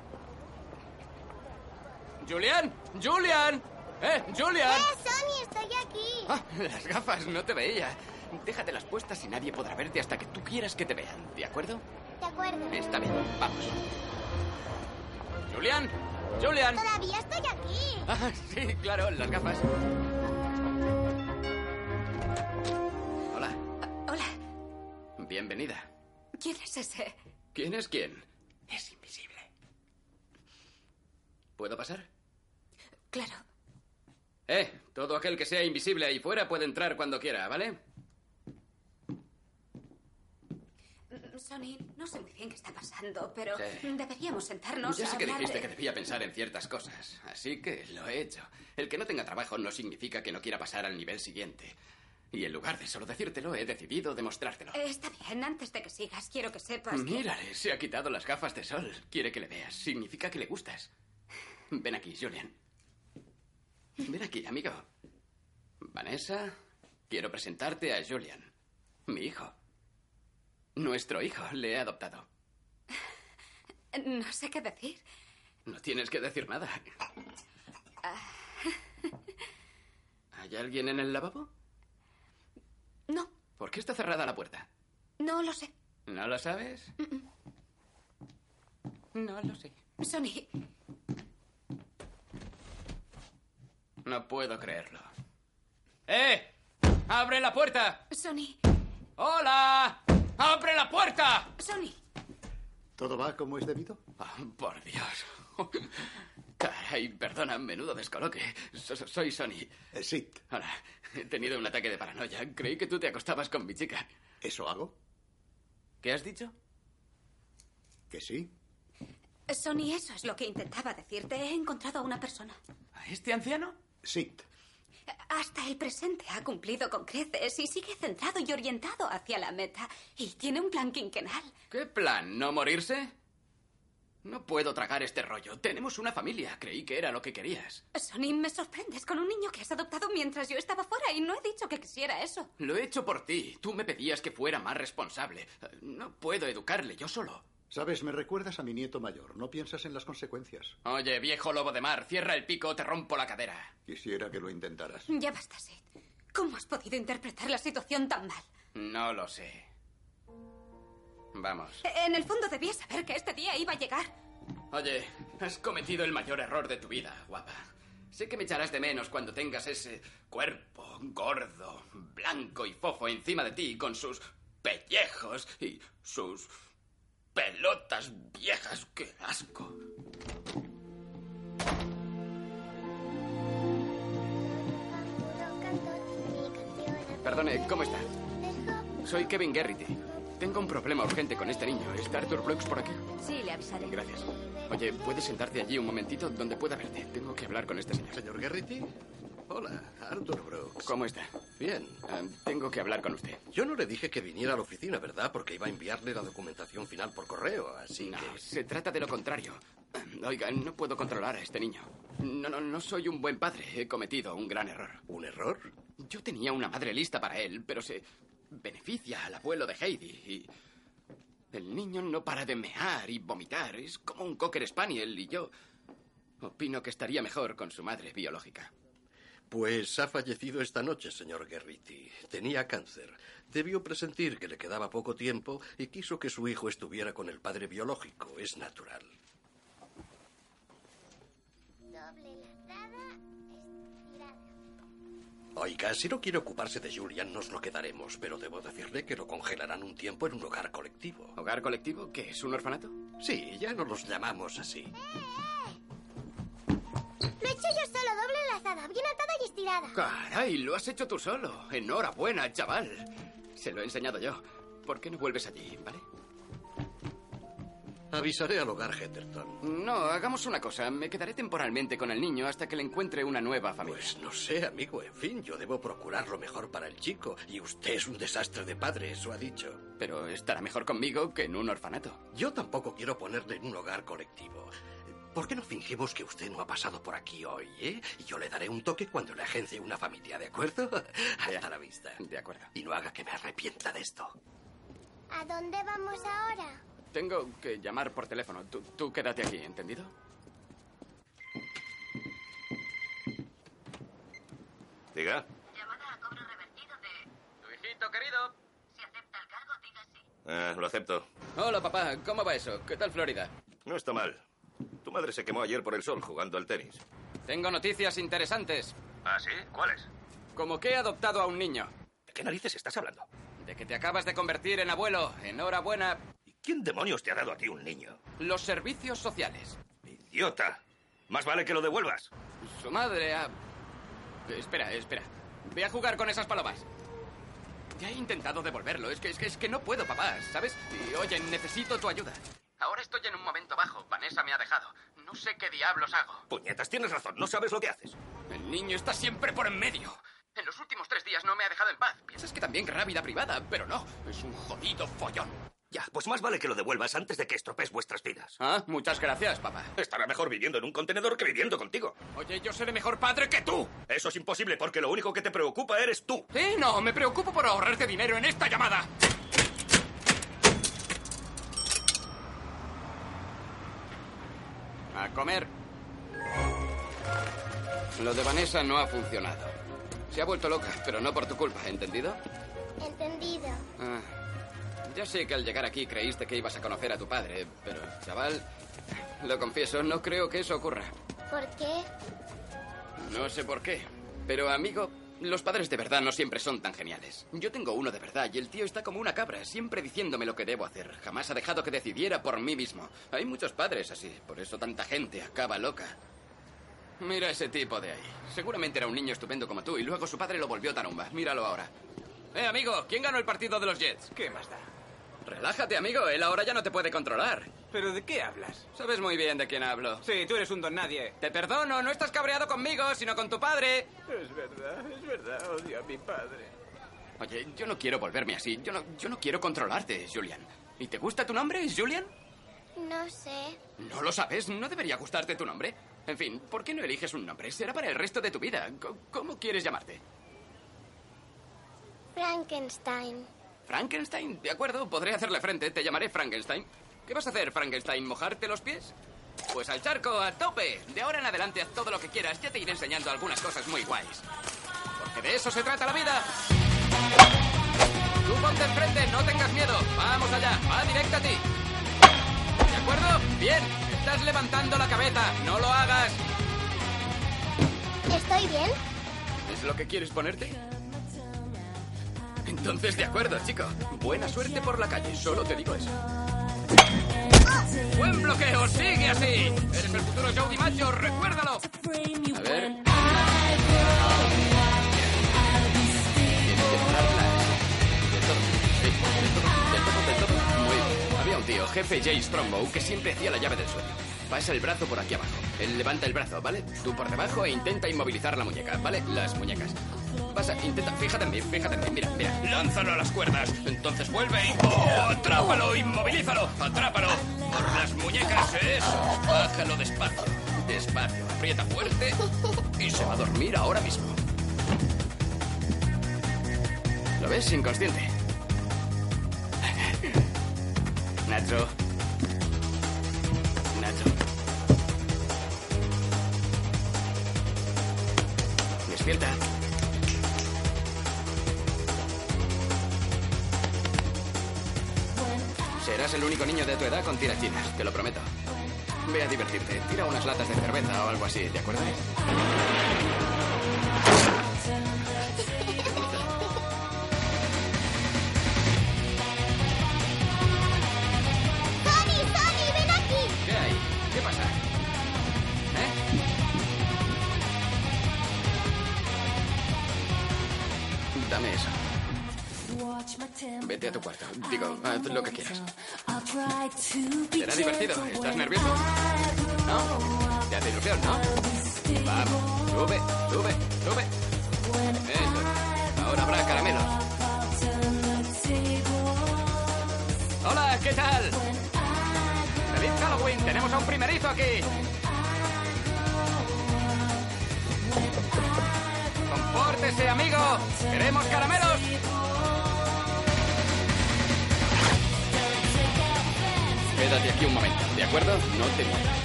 ¡Julian! ¡Julian! ¡Eh, Julian! ¡Eh, Sony, estoy aquí! Ah, las gafas, no te veía. Déjatelas puestas y nadie podrá verte hasta que tú quieras que te vean, ¿de acuerdo? De acuerdo. Está bien, vamos. ¡Julian! ¡Julian! Todavía estoy aquí. Ah, sí, claro, las gafas. Hola, Hola, bienvenida. ¿quién es ese? ¿Quién es quién? Es invisible. ¿Puedo pasar? Claro. Eh, todo aquel que sea invisible ahí fuera puede entrar cuando quiera, ¿vale? Mm, Sonny, no sé muy bien qué está pasando, pero Sí. deberíamos sentarnos ya a sé que hablar dijiste de- que debía pensar en ciertas cosas, así que lo he hecho. El que no tenga trabajo no significa que no quiera pasar al nivel siguiente. Y en lugar de solo decírtelo, he decidido demostrártelo. Eh, está bien, antes de que sigas, quiero que sepas. que- Mírale, se ha quitado las gafas de sol. Quiere que le veas. Significa que le gustas. Ven aquí, Julian. Ven aquí, amigo. Vanessa, quiero presentarte a Julian. Mi hijo. Nuestro hijo. Le he adoptado. No sé qué decir. No tienes que decir nada. Ah, ¿Hay alguien en el lavabo? No. ¿Por qué está cerrada la puerta? No lo sé. ¿No lo sabes? No lo sé. Sonny, No puedo creerlo. ¡Eh! ¡Abre la puerta! Sonny, ¡Hola! ¡Abre la puerta! Sonny. ¿Todo va como es debido? Ah, por Dios. *laughs* Caray, perdona, menudo descoloque. So- so- soy Sonny. Eh, Sí. Hola, he tenido un ataque de paranoia. Creí que tú te acostabas con mi chica. ¿Eso hago? ¿Qué has dicho? Que sí. Sonny, eso es lo que intentaba decirte. He encontrado a una persona. ¿A este anciano? Sí. Hasta el presente ha cumplido con creces y sigue centrado y orientado hacia la meta. Y tiene un plan quinquenal. ¿Qué plan? ¿No morirse? No puedo tragar este rollo. Tenemos una familia. Creí que era lo que querías. Sonny, me sorprendes con un niño que has adoptado mientras yo estaba fuera y no he dicho que quisiera eso. Lo he hecho por ti. Tú me pedías que fuera más responsable. Eh, No puedo educarle yo solo. Sabes, me recuerdas a mi nieto mayor. No piensas en las consecuencias. Oye, viejo lobo de mar, cierra el pico o te rompo la cadera. Quisiera que lo intentaras. Ya basta, Sid. ¿Cómo has podido interpretar la situación tan mal? No lo sé. Vamos. En el fondo debías saber que este día iba a llegar. Oye, has cometido el mayor error de tu vida, guapa. Sé que me echarás de menos cuando tengas ese cuerpo gordo, blanco y fofo encima de ti con sus pellejos y sus pelotas viejas. ¡Qué asco! Perdone, ¿cómo está? Soy Kevin Garrity. Tengo un problema urgente con este niño. ¿Está Arthur Brooks por aquí? Sí, le avisaré. Gracias. Oye, ¿puedes sentarte allí un momentito donde pueda verte? Tengo que hablar con este señor. ¿Señor Garrity? Hola, Arthur Brooks. ¿Cómo está? Bien. tengo que hablar con usted. Yo no le dije que viniera a la oficina, ¿verdad? Porque iba a enviarle la documentación final por correo, así No, que... se trata de lo contrario. Oiga, no puedo controlar a este niño. No, no, no soy un buen padre. He cometido un gran error. ¿Un error? Yo tenía una madre lista para él, pero se beneficia al abuelo de Heidi y... El niño no para de mear y vomitar. Es como un cocker spaniel y yo... Opino que estaría mejor con su madre biológica. Pues ha fallecido esta noche, señor Guerriti. Tenía cáncer. Debió presentir que le quedaba poco tiempo y quiso que su hijo estuviera con el padre biológico. Es natural. Oiga, si no quiere ocuparse de Julian, nos lo quedaremos, pero debo decirle que lo congelarán un tiempo en un hogar colectivo. ¿Hogar colectivo? ¿Qué es un orfanato? Sí, ya no los llamamos así. Lo he hecho yo solo, doble enlazada, bien atada y estirada. Caray, lo has hecho tú solo. Enhorabuena, chaval. Se lo he enseñado yo. ¿Por qué no vuelves allí, vale? Avisaré al hogar Heatherton. No, hagamos una cosa. Me quedaré temporalmente con el niño hasta que le encuentre una nueva familia. Pues no sé, amigo. En fin, yo debo procurar lo mejor para el chico. Y usted es un desastre de padre, eso ha dicho. Pero estará mejor conmigo que en un orfanato. Yo tampoco quiero ponerle en un hogar colectivo. ¿Por qué no fingimos que usted no ha pasado por aquí hoy, eh? Y yo le daré un toque cuando le agencie una familia, ¿de acuerdo? *laughs* Hasta la vista. De acuerdo. Y no haga que me arrepienta de esto. ¿A dónde vamos ahora? Tengo que llamar por teléfono. Tú, tú quédate aquí, ¿entendido? Diga. Hijito querido. Ah, lo acepto. Hola, papá. ¿Cómo va eso? ¿Qué tal Florida? No está mal. Tu madre se quemó ayer por el sol jugando al tenis. Tengo noticias interesantes. ¿Ah, sí? ¿Cuáles? Como que he adoptado a un niño. ¿De qué narices estás hablando? De que te acabas de convertir en abuelo. Enhorabuena. ¿Quién demonios te ha dado a ti un niño? Los servicios sociales. ¡Idiota! Más vale que lo devuelvas. Su madre ha... Espera, espera. Ve a jugar con esas palomas. Ya he intentado devolverlo. Es que, es que, es que no puedo, papá, ¿sabes? Y, oye, necesito tu ayuda. Ahora estoy en un momento bajo. Vanessa me ha dejado. No sé qué diablos hago. Puñetas, tienes razón. No sabes lo que haces. El niño está siempre por en medio. En los últimos tres días no me ha dejado en paz. Piensas que también querrá vida privada, pero no. Es un jodido follón. Ya, pues más vale que lo devuelvas antes de que estropees vuestras vidas. Ah, muchas gracias, papá. Estará mejor viviendo en un contenedor que viviendo contigo. Oye, yo seré mejor padre que tú. Eso es imposible porque lo único que te preocupa eres tú. Eh, no, me preocupo por ahorrarte dinero en esta llamada. A comer. Lo de Vanessa no ha funcionado. Se ha vuelto loca, pero no por tu culpa, ¿entendido? Entendido. Ah, ya sé que al llegar aquí creíste que ibas a conocer a tu padre, pero, chaval, lo confieso, no creo que eso ocurra. ¿Por qué? No sé por qué, pero amigo, los padres de verdad no siempre son tan geniales. Yo tengo uno de verdad y el tío está como una cabra, siempre diciéndome lo que debo hacer. Jamás ha dejado que decidiera por mí mismo. Hay muchos padres así, por eso tanta gente acaba loca. Mira ese tipo de ahí. Seguramente era un niño estupendo como tú y luego su padre lo volvió tarumba. Míralo ahora. Eh, amigo, ¿quién ganó el partido de los Jets? ¿Qué más da? Relájate, amigo, él ahora ya no te puede controlar. ¿Pero de qué hablas? Sabes muy bien de quién hablo. Sí, tú eres un don nadie. Te perdono, no estás cabreado conmigo, sino con tu padre. Es verdad, es verdad, odio a mi padre. Oye, yo no quiero volverme así. Yo no, yo no quiero controlarte, Julian. ¿Y te gusta tu nombre, Julian? No sé. ¿No lo sabes? ¿No debería gustarte tu nombre? En fin, ¿por qué no eliges un nombre? Será para el resto de tu vida. Co- ¿Cómo quieres llamarte? Frankenstein. Frankenstein, de acuerdo, podré hacerle frente. Te llamaré Frankenstein. ¿Qué vas a hacer, Frankenstein? ¿Mojarte los pies? Pues al charco, a tope. De ahora en adelante haz todo lo que quieras. Ya te iré enseñando algunas cosas muy guays. Porque de eso se trata la vida. Tú ponte enfrente, no tengas miedo. Vamos allá, va directa a ti. ¿De acuerdo? Bien. Estás levantando la cabeza. No lo hagas. ¿Estoy bien? ¿Es lo que quieres ponerte? Entonces, de acuerdo, chico. Buena suerte por la calle, solo te digo eso. ¡Buen bloqueo! ¡Sigue así! Eres el futuro Joe DiMaggio, recuérdalo. A ver. Muy bien. Había un tío, jefe Jay Strongbow, que siempre hacía la llave del sueño. Pasa el brazo por aquí abajo. Él levanta el brazo, ¿vale? Tú por debajo e intenta inmovilizar la muñeca, ¿vale? Las muñecas. Vas a intenta, fíjate en mí, fíjate en mí, mira, mira. Lánzalo a las cuerdas, entonces vuelve y... ¡Oh, atrápalo, inmovilízalo, atrápalo! Por las muñecas, eso. Bájalo despacio, despacio, aprieta fuerte *laughs* y se va a dormir ahora mismo. ¿Lo ves? Inconsciente. Nacho. Nacho. Despierta. Serás el único niño de tu edad con tirachinas, te lo prometo. Ve a divertirte. Tira unas latas de cerveza o algo así, ¿de acuerdo? ¡Sony, Sony, ven aquí! ¿Qué hay? ¿Qué pasa? ¿Eh? Dame eso. Vete a tu cuarto. Digo, haz lo que quieras. Será divertido. ¿Estás nervioso? ¿No? Te hace ilusión, ¿no? Vamos, sube, sube, sube. Eso. Ahora habrá caramelos. Hola, ¿qué tal? ¡Feliz Halloween! ¡Tenemos a un primerizo aquí! ¡Compórtese, eh, amigo! ¡Queremos caramelos! Quédate aquí un momento, ¿de acuerdo? No te muevas.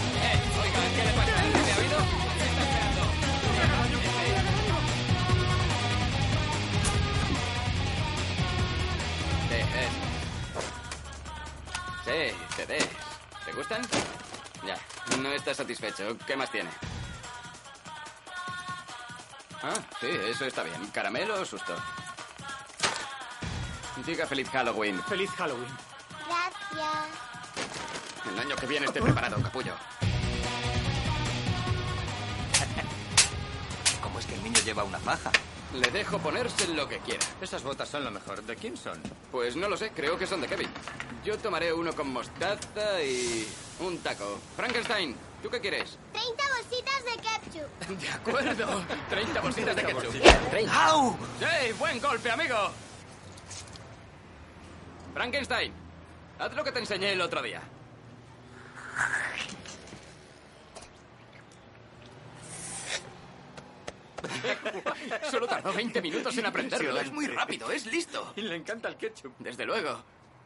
Eh, oiga, ¿qué le pasa? ¿Me ha oído? ¿Qué está esperando? Sí, eso. Eh, Sí, te des. ¿Te gustan? Ya, no estás satisfecho. ¿Qué más tiene? Ah, sí, eso está bien. ¿Caramelo o susto? Diga feliz Halloween. Feliz Halloween. Gracias. El año que viene esté preparado, capullo. ¿Cómo es que el niño lleva una faja? Le dejo ponerse lo que quiera. Esas botas son lo mejor. ¿De quién son? Pues no lo sé, creo que son de Kevin. Yo tomaré uno con mostaza y un taco. Frankenstein, ¿Tú qué quieres? 30 bolsitas de ketchup. *laughs* De acuerdo. *laughs* 30 bolsitas de ketchup. ¡Au! ¡Sí! ¡Buen golpe, amigo! Frankenstein, haz lo que te enseñé el otro día. Solo tardó 20 minutos en aprenderlo. Sí, Es muy rápido, es listo. Y le encanta el ketchup. Desde luego.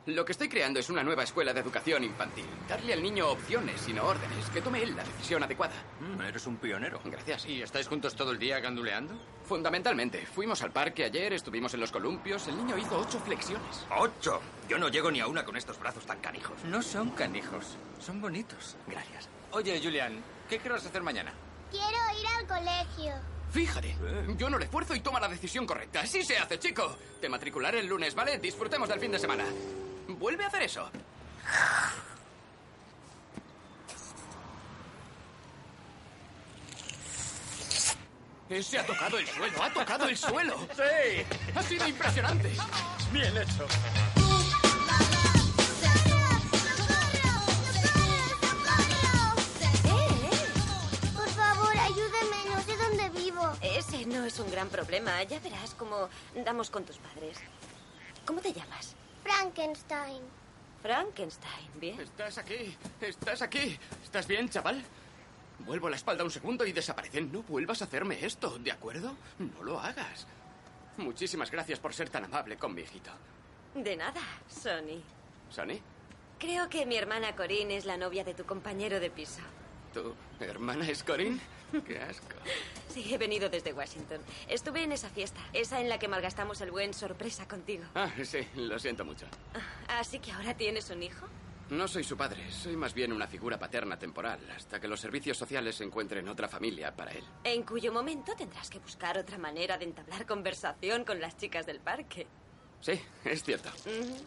Lo que estoy creando es una nueva escuela de educación infantil. Darle al niño opciones y no órdenes. Que tome él la decisión adecuada. eres un pionero. Gracias. ¿Y estáis juntos todo el día ganduleando? Fundamentalmente. Fuimos al parque ayer, estuvimos en los columpios. El niño hizo ocho flexiones. ¡Ocho! Yo no llego ni a una con estos brazos tan canijos. No son canijos, son bonitos. Gracias. Oye, Julian, ¿qué querrás hacer mañana? Quiero ir al colegio. Fíjate, yo no le esfuerzo y toma la decisión correcta. Así se hace, chico. Te matricularé el lunes, ¿vale? Disfrutemos del fin de semana. Vuelve a hacer eso. Ese ha tocado el suelo, ha tocado el suelo. Sí. Ha sido impresionante. Bien hecho. Por favor, ayúdeme, no sé dónde vivo. Ese no es un gran problema. Ya verás cómo damos con tus padres. ¿Cómo te llamas? Frankenstein. Frankenstein, bien. Estás aquí, estás aquí. ¿Estás bien, chaval? Vuelvo la espalda un segundo y desaparecen. No vuelvas a hacerme esto, ¿de acuerdo? No lo hagas. Muchísimas gracias por ser tan amable con mi hijito. De nada, Sonny. ¿Sonny? Creo que mi hermana Corinne es la novia de tu compañero de piso. ¿Tu hermana es Corin? Qué asco. Sí, he venido desde Washington. Estuve en esa fiesta, esa en la que malgastamos el buen sorpresa contigo. Ah, sí, lo siento mucho. Así que ahora tienes un hijo. No soy su padre, soy más bien una figura paterna temporal, hasta que los servicios sociales encuentren otra familia para él. En cuyo momento tendrás que buscar otra manera de entablar conversación con las chicas del parque. Sí, es cierto. Ujú.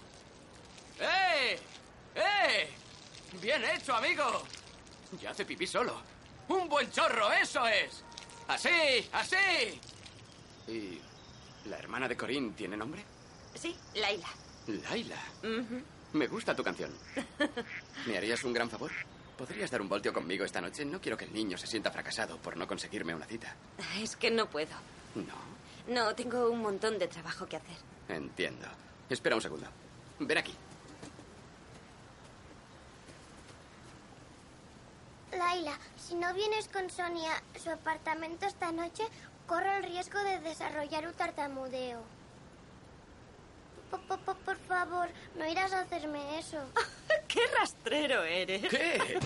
¡Eh! ¡Eh! ¡Bien hecho, amigo! Ya hace pipí solo. ¡Un buen chorro, eso es! ¡Así! ¡Así! ¿Y la hermana de Corín tiene nombre? Sí, Laila. Laila. Ujú. Me gusta tu canción. ¿Me harías un gran favor? ¿Podrías dar un voltio conmigo esta noche? No quiero que el niño se sienta fracasado por no conseguirme una cita. Es que no puedo. No, No, tengo un montón de trabajo que hacer. entiendo. Espera un segundo. Ven aquí. Laila, si no vienes con Sonia a su apartamento esta noche, corro el riesgo de desarrollar un tartamudeo. Po- po- po- Por favor, no irás a hacerme eso. *laughs* ¡Qué rastrero eres! *laughs* ¿Qué?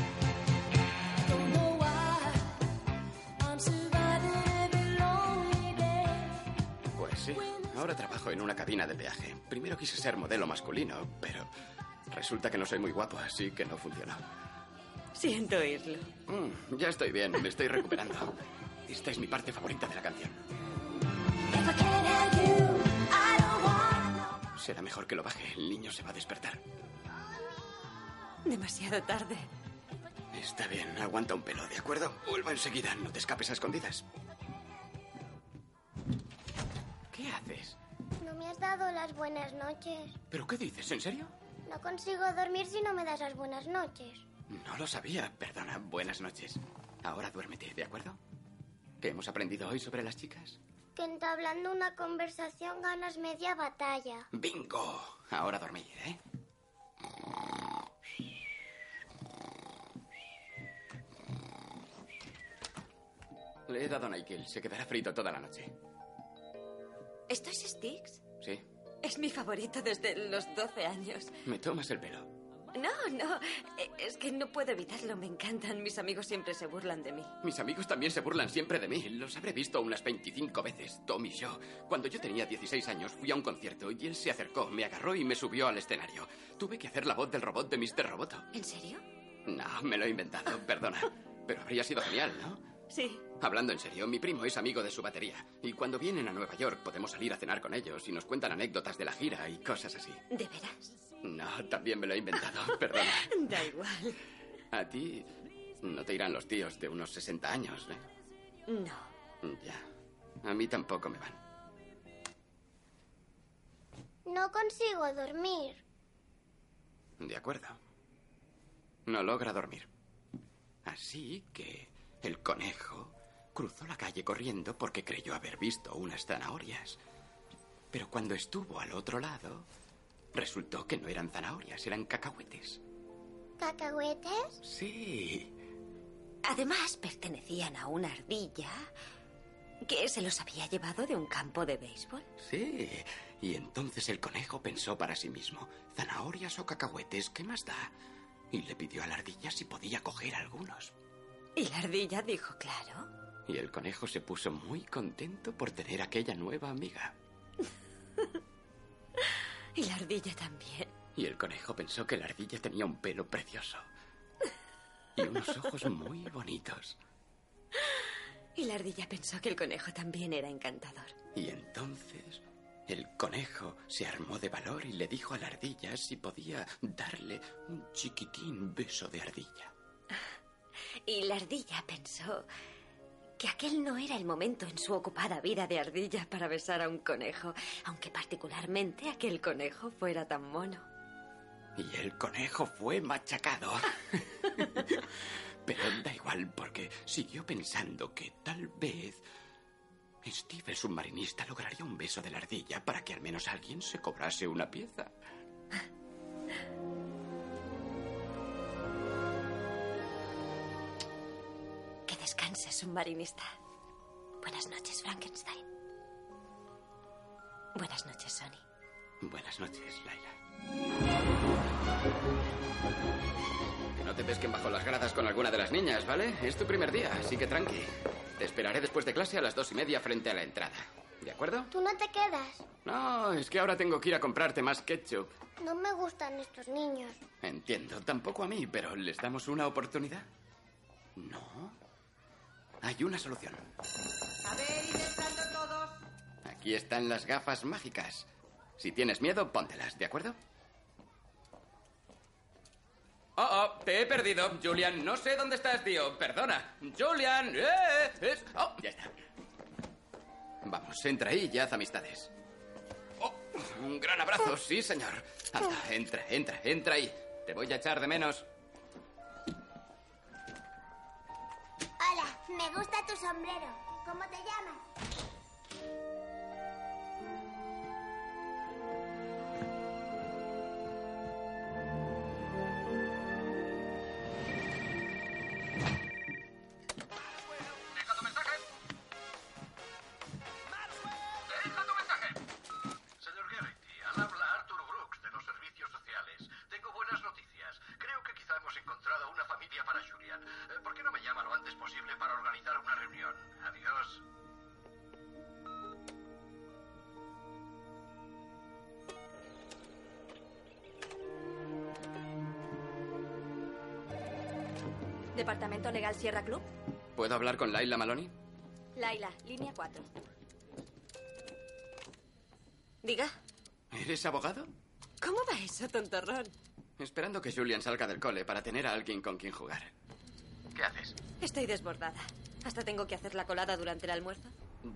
Pues sí. Ahora trabajo en una cabina de peaje. Primero quise ser modelo masculino, pero resulta que no soy muy guapo, así que no funcionó. Siento oírlo. Mm, ya estoy bien, me estoy recuperando. Esta es mi parte favorita de la canción. Será mejor que lo baje, el niño se va a despertar. Demasiado tarde. Está bien, aguanta un pelo, ¿de acuerdo? Vuelvo enseguida, no te escapes a escondidas. ¿Qué haces? No me has dado las buenas noches. ¿Pero qué dices? ¿En serio? No consigo dormir si no me das las buenas noches. No lo sabía, perdona. Buenas noches. Ahora duérmete, ¿de acuerdo? ¿Qué hemos aprendido hoy sobre las chicas? Que entablando una conversación ganas media batalla. ¡Bingo! Ahora a dormir, ¿eh? Le he dado Nigel. Se quedará frito toda la noche. ¿Esto es Sticks? Sí. Es mi favorito desde los 12 años. Me tomas el pelo. No, no. eh, Es que no puedo evitarlo. Me encantan. Mis amigos siempre se burlan de mí. Mis amigos también se burlan siempre de mí. Los habré visto unas 25 veces, Tom y yo. Cuando yo tenía 16 años fui a un concierto y él se acercó, me agarró y me subió al escenario. Tuve que hacer la voz del robot de Mr. Roboto. ¿En serio? No, me lo he inventado, *laughs* perdona. Pero habría sido genial, ¿no? Sí. Hablando en serio, mi primo es amigo de su batería. Y cuando vienen a Nueva York podemos salir a cenar con ellos y nos cuentan anécdotas de la gira y cosas así. ¿De veras? No, también me lo he inventado, *laughs* perdona. Da igual. A ti no te irán los tíos de unos 60 años, ¿eh? No. Ya. A mí tampoco me van. No consigo dormir. De acuerdo. No logra dormir. Así que el conejo cruzó la calle corriendo porque creyó haber visto unas zanahorias. Pero cuando estuvo al otro lado, resultó que no eran zanahorias, eran cacahuetes. ¿Cacahuetes? Sí, Además, pertenecían a una ardilla que se los había llevado de un campo de béisbol. Sí. Y entonces el conejo pensó para sí mismo, zanahorias o cacahuetes, ¿qué más da? Y le pidió a la ardilla si podía coger algunos. Y la ardilla dijo, claro. Y el conejo se puso muy contento por tener aquella nueva amiga. Y la ardilla también. Y el conejo pensó que la ardilla tenía un pelo precioso. Y unos ojos muy bonitos. Y la ardilla pensó que el conejo también era encantador. Y entonces el conejo se armó de valor y le dijo a la ardilla si podía darle un chiquitín beso de ardilla. Y la ardilla pensó que aquel no era el momento en su ocupada vida de ardilla para besar a un conejo, aunque particularmente aquel conejo fuera tan mono. Y el conejo fue machacado. Pero da igual porque siguió pensando que tal vez Steve el submarinista lograría un beso de la ardilla para que al menos alguien se cobrase una pieza. Que descanse, submarinista. Buenas noches, Frankenstein. Buenas noches, Sonny. Buenas noches, Laila. Que no te pesquen bajo las gradas con alguna de las niñas, ¿vale? Es tu primer día, así que tranqui. Te esperaré después de clase a las dos y media frente a la entrada. ¿De acuerdo? Tú no te quedas. No, es que ahora tengo que ir a comprarte más ketchup. No me gustan estos niños. Entiendo, tampoco a mí, pero ¿les damos una oportunidad? No. Hay una solución. A ver, id entrando todos. Aquí están las gafas mágicas. Si tienes miedo, póntelas, ¿de acuerdo? Oh, oh, te he perdido, Julian. No sé dónde estás, tío. Perdona. Julian. eh, es- oh, ya está. Vamos, entra y ya haz amistades. Oh, un gran abrazo, sí, señor. Anda, entra, entra, entra ahí. Te voy a echar de menos. Hola, me gusta tu sombrero. ¿Cómo te llamas? Señor Garrity, al habla Arthur Brooks de los servicios sociales. Tengo buenas noticias. Creo que quizá hemos encontrado una familia para Julian. Eh, ¿Por qué no me llama lo antes posible para organizar una reunión? Adiós. Departamento Legal Sierra Club. ¿Puedo hablar con Laila Maloney? Laila, línea 4. Diga, ¿Eres abogado? ¿cómo va eso, tontorrón? Esperando que Julian salga del cole para tener a alguien con quien jugar. ¿Qué haces? Estoy desbordada. Hasta tengo que hacer la colada durante el almuerzo.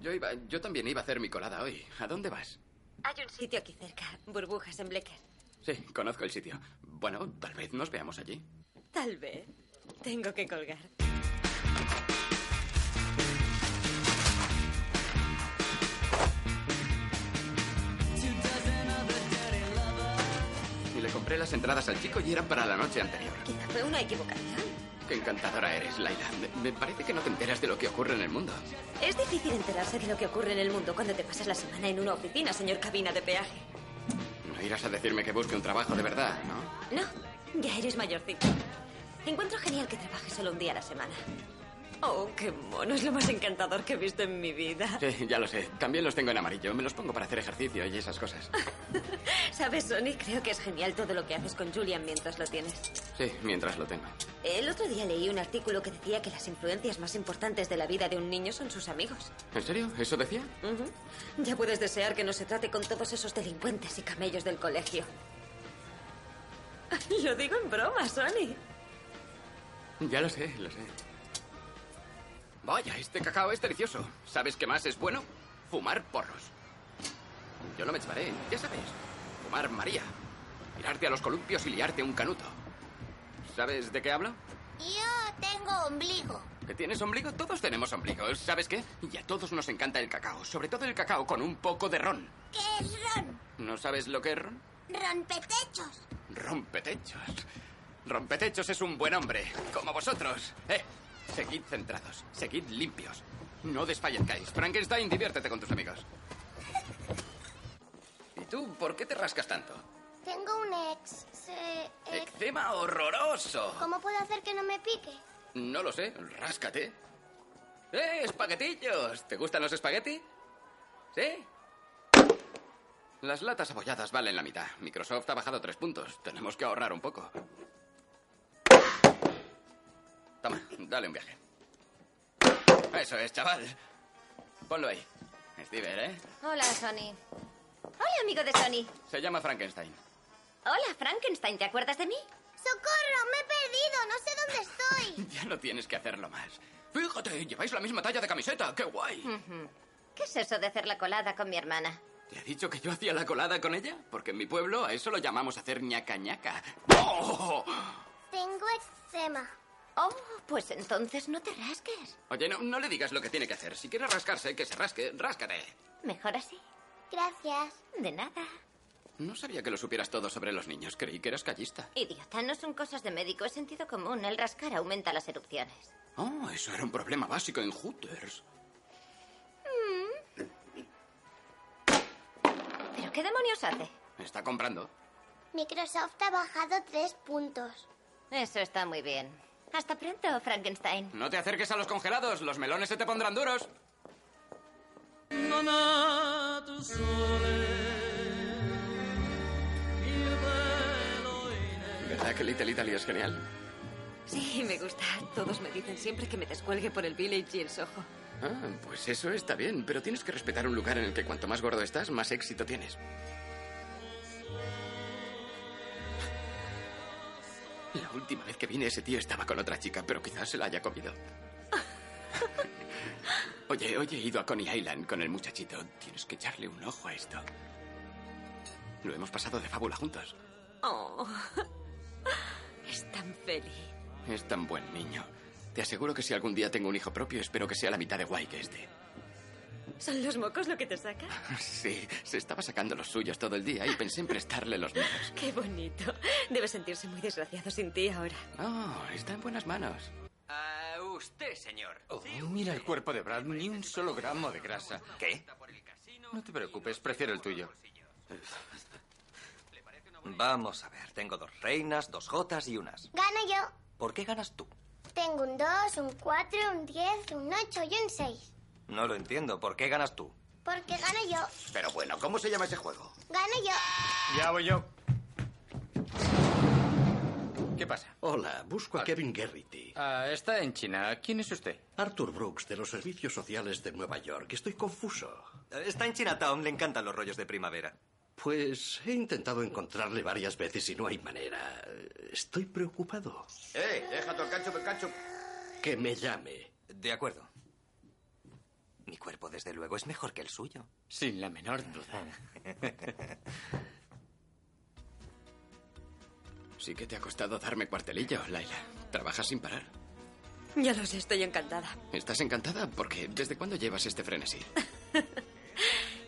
Yo iba, yo también iba a hacer mi colada hoy. ¿A dónde vas? Hay un sitio aquí cerca, Burbujas en Blecker. Sí, conozco el sitio. Bueno, tal vez nos veamos allí. Tal vez. Tengo que colgar. Y le compré las entradas al chico y eran para la noche anterior. Quizá fue una equivocación. Qué encantadora eres, Laila. Me- Me parece que no te enteras de lo que ocurre en el mundo. Es difícil enterarse de lo que ocurre en el mundo cuando te pasas la semana en una oficina, señor cabina de peaje. No irás a decirme que busque un trabajo de verdad, ¿no? No, ya eres mayorcito. Encuentro genial que trabajes solo un día a la semana. Oh, qué mono, es lo más encantador que he visto en mi vida. Sí, ya lo sé. También los tengo en amarillo. Me los pongo para hacer ejercicio y esas cosas. Sabes, Sonny, creo que es genial todo lo que haces con Julian mientras lo tienes. Sí, mientras lo tengo. El otro día leí un artículo que decía que las influencias más importantes de la vida de un niño son sus amigos. ¿En serio? ¿Eso decía? Ujú. Ya puedes desear que no se trate con todos esos delincuentes y camellos del colegio. Lo digo en broma, Sonny. Ya lo sé, lo sé. Vaya, este cacao es delicioso. ¿Sabes qué más es bueno? Fumar porros. Yo no me llevaré, ya sabes. Fumar María. Tirarte a los columpios y liarte un canuto. ¿Sabes de qué hablo? Yo tengo ombligo. ¿Que tienes ombligo? Todos tenemos ombligos. ¿Sabes qué? Y a todos nos encanta el cacao, sobre todo el cacao con un poco de ron. ¿Qué es ron? ¿No sabes lo que es ron? Rompetechos. Rompetechos. Rompetechos es un buen hombre, como vosotros. Eh, seguid centrados, seguid limpios. No desfallezcáis. Frankenstein, diviértete con tus amigos. ¿Y tú por qué te rascas tanto? Tengo un ex. se- ex- Eczema horroroso. ¿Cómo puedo hacer que no me pique? No lo sé, ráscate. ¡Eh, espaguetillos! ¿Te gustan los espagueti? ¿Sí? Las latas abolladas valen la mitad. Microsoft ha bajado tres puntos. Tenemos que ahorrar un poco. Toma, dale un viaje. Eso es, chaval. Ponlo ahí. Steven, ¿eh? Hola, Sonny. Hola, amigo de Sonny. Se llama Frankenstein. Hola, Frankenstein, ¿te acuerdas de mí? ¡Socorro! ¡Me he perdido! ¡No sé dónde estoy! Ya no tienes que hacerlo más. Fíjate, lleváis la misma talla de camiseta. ¡Qué guay! Ujú. *laughs* ¿Qué es eso de hacer la colada con mi hermana? ¿Te ha dicho que yo hacía la colada con ella? Porque en mi pueblo a eso lo llamamos hacer ñaca ñaca. ¡Oh! Tengo eczema. Oh, pues entonces no te rasques. Oye, no, no le digas lo que tiene que hacer. Si quiere rascarse, que se rasque, ráscate. Mejor así. Gracias. De nada. No sabía que lo supieras todo sobre los niños. Creí que eras callista. Idiota, no son cosas de médico, es sentido común. El rascar aumenta las erupciones. Oh, eso era un problema básico en Hooters. ¿Pero qué demonios hace? Está comprando. Microsoft ha bajado tres puntos. Eso está muy bien. Hasta pronto, Frankenstein. No te acerques a los congelados. Los melones se te pondrán duros. ¿Verdad que Little Italy es genial? Sí, me gusta. Todos me dicen siempre que me descuelgue por el Village y el Soho. Ah, pues eso está bien, pero tienes que respetar un lugar en el que cuanto más gordo estás, más éxito tienes. La última vez que vine ese tío estaba con otra chica, pero quizás se la haya comido. Oye, hoy he ido a Coney Island con el muchachito. Tienes que echarle un ojo a esto. Lo hemos pasado de fábula juntos. Oh, *laughs* es tan feliz. Es tan buen niño. Te aseguro que si algún día tengo un hijo propio, espero que sea la mitad de guay que este. ¿Son los mocos lo que te *laughs* saca? Sí, se estaba sacando los suyos todo el día y pensé en prestarle *laughs* los míos. Qué bonito. Debe sentirse muy desgraciado sin ti ahora. Oh, está en buenas manos. A Ah, usted, señor. Oh, mira el cuerpo de Brad, ni un solo gramo de grasa. ¿Qué? No te preocupes, prefiero el tuyo. Vamos a ver, tengo dos reinas, dos jotas y unas. Gano yo. ¿Por qué ganas tú? Tengo un 2, un 4, un 10, un 8 y un 6. No lo entiendo, ¿por qué ganas tú? Porque gano yo. Pero bueno, ¿cómo se llama ese juego? Gano yo. Ya voy yo. ¿Qué pasa? Hola, busco a Kevin Garrity. Ah, está en China. ¿Quién es usted? Arthur Brooks, de los Servicios Sociales de Nueva York. Estoy confuso. Eh, Está en Chinatown, le encantan los rollos de primavera. Pues he intentado encontrarle varias veces y no hay manera. Estoy preocupado. ¡Eh! Deja tu cacho, cacho. Que me llame. De acuerdo. Mi cuerpo, desde luego, es mejor que el suyo. Sin la menor duda. Sí que te ha costado darme cuartelillo, Laila. Trabajas sin parar. Ya lo sé, estoy encantada. ¿Estás encantada? Porque ¿desde cuándo llevas este frenesí?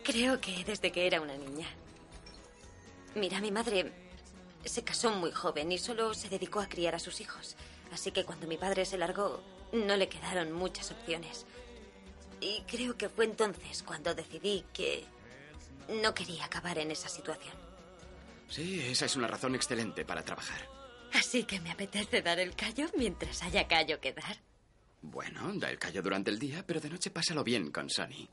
Creo que desde que era una niña. Mira, mi madre se casó muy joven y solo se dedicó a criar a sus hijos. Así que cuando mi padre se largó, no le quedaron muchas opciones. Y creo que fue entonces cuando decidí que no quería acabar en esa situación. Sí, esa es una razón excelente para trabajar. Así que me apetece dar el callo mientras haya callo que dar. Bueno, da el callo durante el día, pero de noche pásalo bien con Sonny.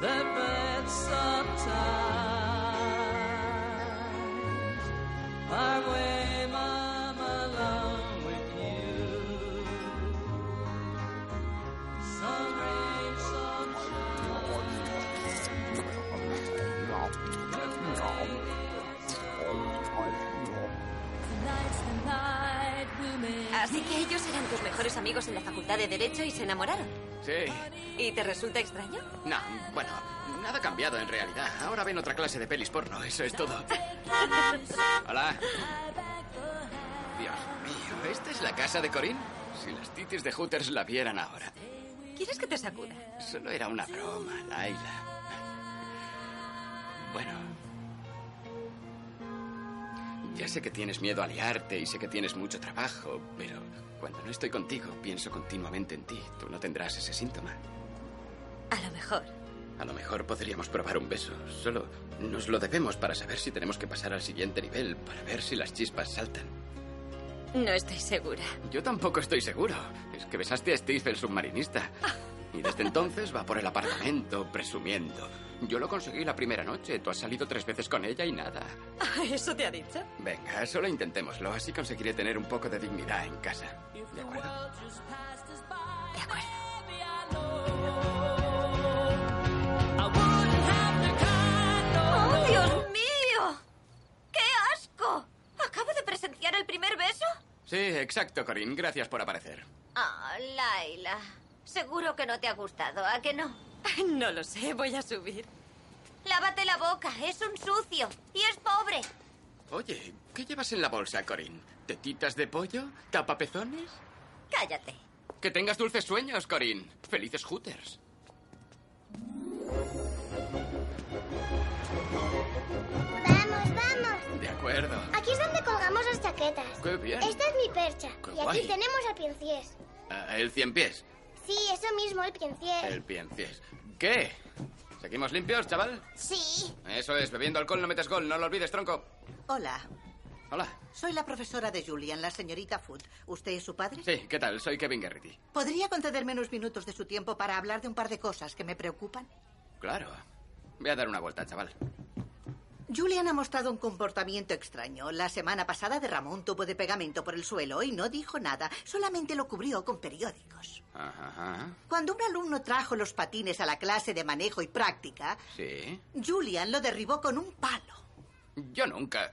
The birds of time are way, mom, along with you. Some rain, some Así que ellos eran tus mejores amigos en la Facultad de Derecho y se enamoraron. Sí. ¿Y te resulta *laughs* extraño? No, bueno, nada ha cambiado en realidad. Ahora ven otra clase de pelis porno, eso es todo. Hola. Dios, Dios mío, ¿esta es la casa de Corín? Si las titis de Hooters la vieran ahora. ¿Quieres que te sacuda? Solo era una broma, Laila. Bueno. Ya sé que tienes miedo a liarte y sé que tienes mucho trabajo, pero cuando no estoy contigo pienso continuamente en ti. Tú no tendrás ese síntoma. A lo mejor. A lo mejor podríamos probar un beso. Solo nos lo debemos para saber si tenemos que pasar al siguiente nivel, para ver si las chispas saltan. No estoy segura. Yo tampoco estoy seguro. Es que besaste a este Steve el submarinista. Y desde entonces va por el apartamento presumiendo. Yo lo conseguí la primera noche. Tú has salido tres veces con ella y nada. ¿Eso te ha dicho? Venga, solo intentémoslo. Así conseguiré tener un poco de dignidad en casa. ¿De acuerdo? De acuerdo. ¡Oh, Dios mío! ¡Qué asco! ¿Acabo de presenciar el primer beso? Sí, exacto, Corín. Gracias por aparecer. Ah, Laila. Seguro que no te ha gustado, ¿a que no? No lo sé, voy a subir. Lávate la boca, es un sucio y es pobre. Oye, ¿qué llevas en la bolsa, Corín? ¿Tetitas de pollo? ¿Tapapezones? Cállate. Que tengas dulces sueños, Corín. Felices hooters. Vamos, vamos. De acuerdo. Aquí es donde colgamos las chaquetas. Qué bien. Esta es mi percha. Qué y aquí guay. tenemos al pienciés. Ah, el cien pies. Sí, eso mismo, el pienciés. El pies. ¿Qué? ¿Seguimos limpios, chaval? Sí. Eso es, bebiendo alcohol no metes gol, no lo olvides, tronco. Hola, Hola. soy la profesora de Julian, la señorita Food. ¿Usted es su padre? Sí, ¿qué tal? Soy Kevin Garrity. ¿Podría concederme unos minutos de su tiempo para hablar de un par de cosas que me preocupan? Claro. Voy a dar una vuelta, chaval. Julian ha mostrado un comportamiento extraño. La semana pasada derramó un tubo de pegamento por el suelo y no dijo nada, solamente lo cubrió con periódicos. Ajá, ajá. Cuando un alumno trajo los patines a la clase de manejo y práctica, Sí. Julian lo derribó con un palo. Yo nunca.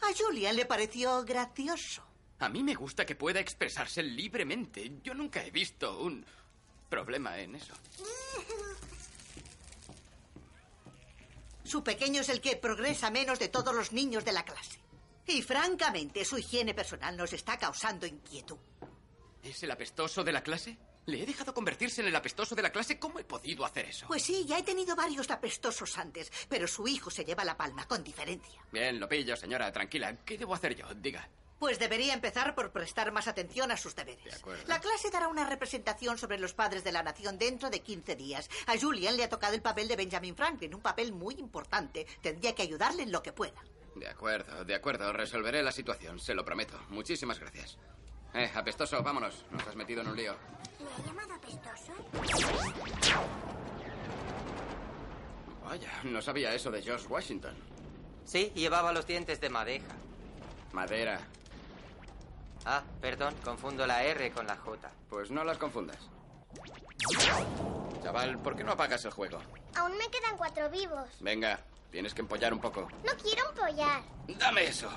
A Julian le pareció gracioso. A mí me gusta que pueda expresarse libremente. Yo nunca he visto un problema en eso. Su pequeño es el que progresa menos de todos los niños de la clase. Y francamente, su higiene personal nos está causando inquietud. ¿Es el apestoso de la clase? ¿Le he dejado convertirse en el apestoso de la clase? ¿Cómo he podido hacer eso? Pues sí, ya he tenido varios apestosos antes, pero su hijo se lleva la palma con diferencia. Bien, lo pillo, señora. Tranquila. ¿Qué debo hacer yo? Diga. Pues debería empezar por prestar más atención a sus deberes. acuerdo. La clase dará una representación sobre los padres de la nación dentro de 15 días. A Julian le ha tocado el papel de Benjamin Franklin, un papel muy importante. Tendría que ayudarle en lo que pueda. De acuerdo, de acuerdo. Resolveré la situación, se lo prometo. Muchísimas gracias. Eh, apestoso, vámonos. Nos has metido en un lío. ¿Le ha llamado apestoso? Vaya, no sabía eso de George Washington. Sí, llevaba los dientes de madeja. Madera. Ah, perdón, confundo la R con la J. Pues no las confundas. Chaval, ¿por qué no apagas el juego? Aún me quedan cuatro vivos. Venga, tienes que empollar un poco. No quiero empollar. ¡Dame eso!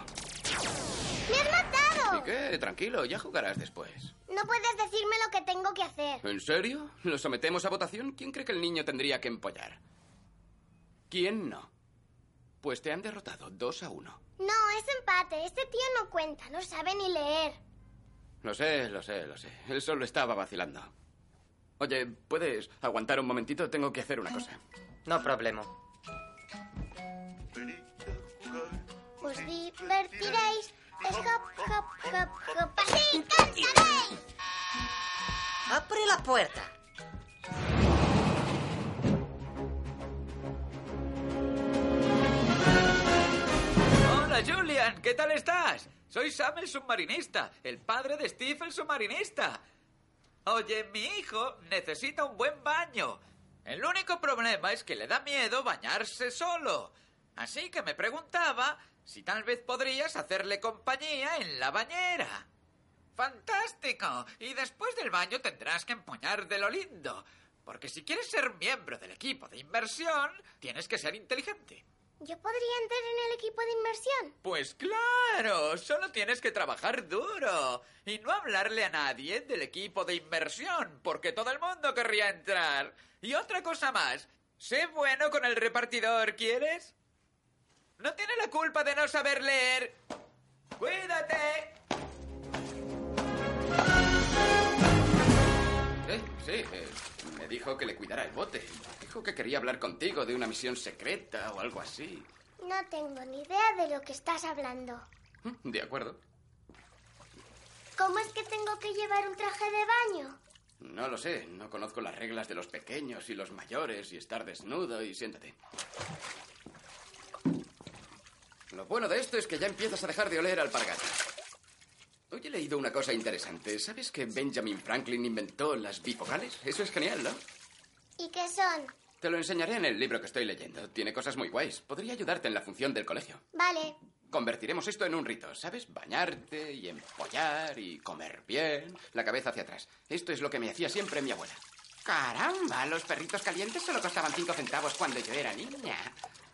¡Me has matado! ¿Y qué? Tranquilo, ya jugarás después. No puedes decirme lo que tengo que hacer. ¿En serio? ¿Lo sometemos a votación? ¿Quién cree que el niño tendría que empollar? ¿Quién no? Pues te han derrotado dos a uno. No, es empate. Este tío no cuenta, no sabe ni leer. Lo sé, lo sé, lo sé. Él solo estaba vacilando. Oye, ¿puedes aguantar un momentito? Tengo que hacer una cosa. No problema. Os divertiréis. Es hop, hop, hop, hop. ¡Así cansaréis! Abre la puerta. Hola, Julian, ¿qué tal estás? Soy Sam el submarinista, el padre de Steve el submarinista. Oye, mi hijo necesita un buen baño. El único problema es que le da miedo bañarse solo. Así que me preguntaba si tal vez podrías hacerle compañía en la bañera. ¡Fantástico! Y después del baño tendrás que empuñar de lo lindo. Porque si quieres ser miembro del equipo de inversión, tienes que ser inteligente. ¿Yo podría entrar en el equipo de inversión? Pues claro, solo tienes que trabajar duro y no hablarle a nadie del equipo de inversión, porque todo el mundo querría entrar. Y otra cosa más, sé bueno con el repartidor, ¿quieres? No tiene la culpa de no saber leer. ¡Cuídate! Eh, sí, eh, me dijo que le cuidara el bote. Dijo que quería hablar contigo de una misión secreta o algo así. No tengo ni idea de lo que estás hablando. De acuerdo. ¿Cómo es que tengo que llevar un traje de baño? No lo sé, no conozco las reglas de los pequeños y los mayores y estar desnudo y siéntate. Lo bueno de esto es que ya empiezas a dejar de oler alpargatas. Hoy he leído una cosa interesante. ¿Sabes que Benjamin Franklin inventó las bifocales? Eso es genial, ¿no? ¿Y qué son? Te lo enseñaré en el libro que estoy leyendo. Tiene cosas muy guays. Podría ayudarte en la función del colegio. Vale. Convertiremos esto en un rito, ¿sabes? Bañarte y empollar y comer bien, la cabeza hacia atrás. Esto es lo que me hacía siempre mi abuela. Caramba, los perritos calientes solo costaban cinco centavos cuando yo era niña.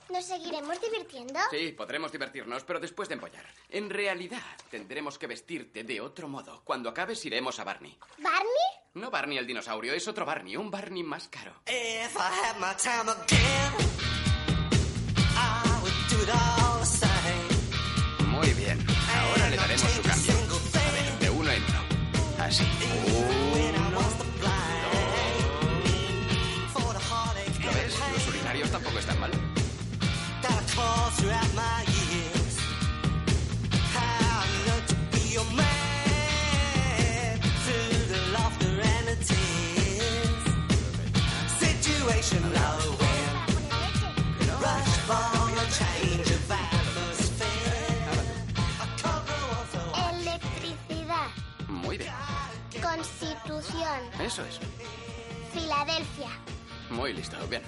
¿Nos seguiremos divirtiendo? Sí, podremos divertirnos, pero después de empollar. En realidad, tendremos que vestirte de otro modo. Cuando acabes, iremos a Barney. ¿Barney? No Barney el dinosaurio, es otro Barney, un Barney más caro. If I had my time again, I would do it all the same. Muy bien. Ahora le daremos su cambio. A ver, de uno en uno. Así. Uh, Uno, For the heartache ¿Lo ves? Los urinarios tampoco están mal. that I caused throughout my years. How I learned to be your man through the laughter and the tears. Situation low-end. Rush for a change of atmosphere. A cover of the Electricidad. Muy bien. Constitución. Eso es. Filadelfia. Muy listo, bien.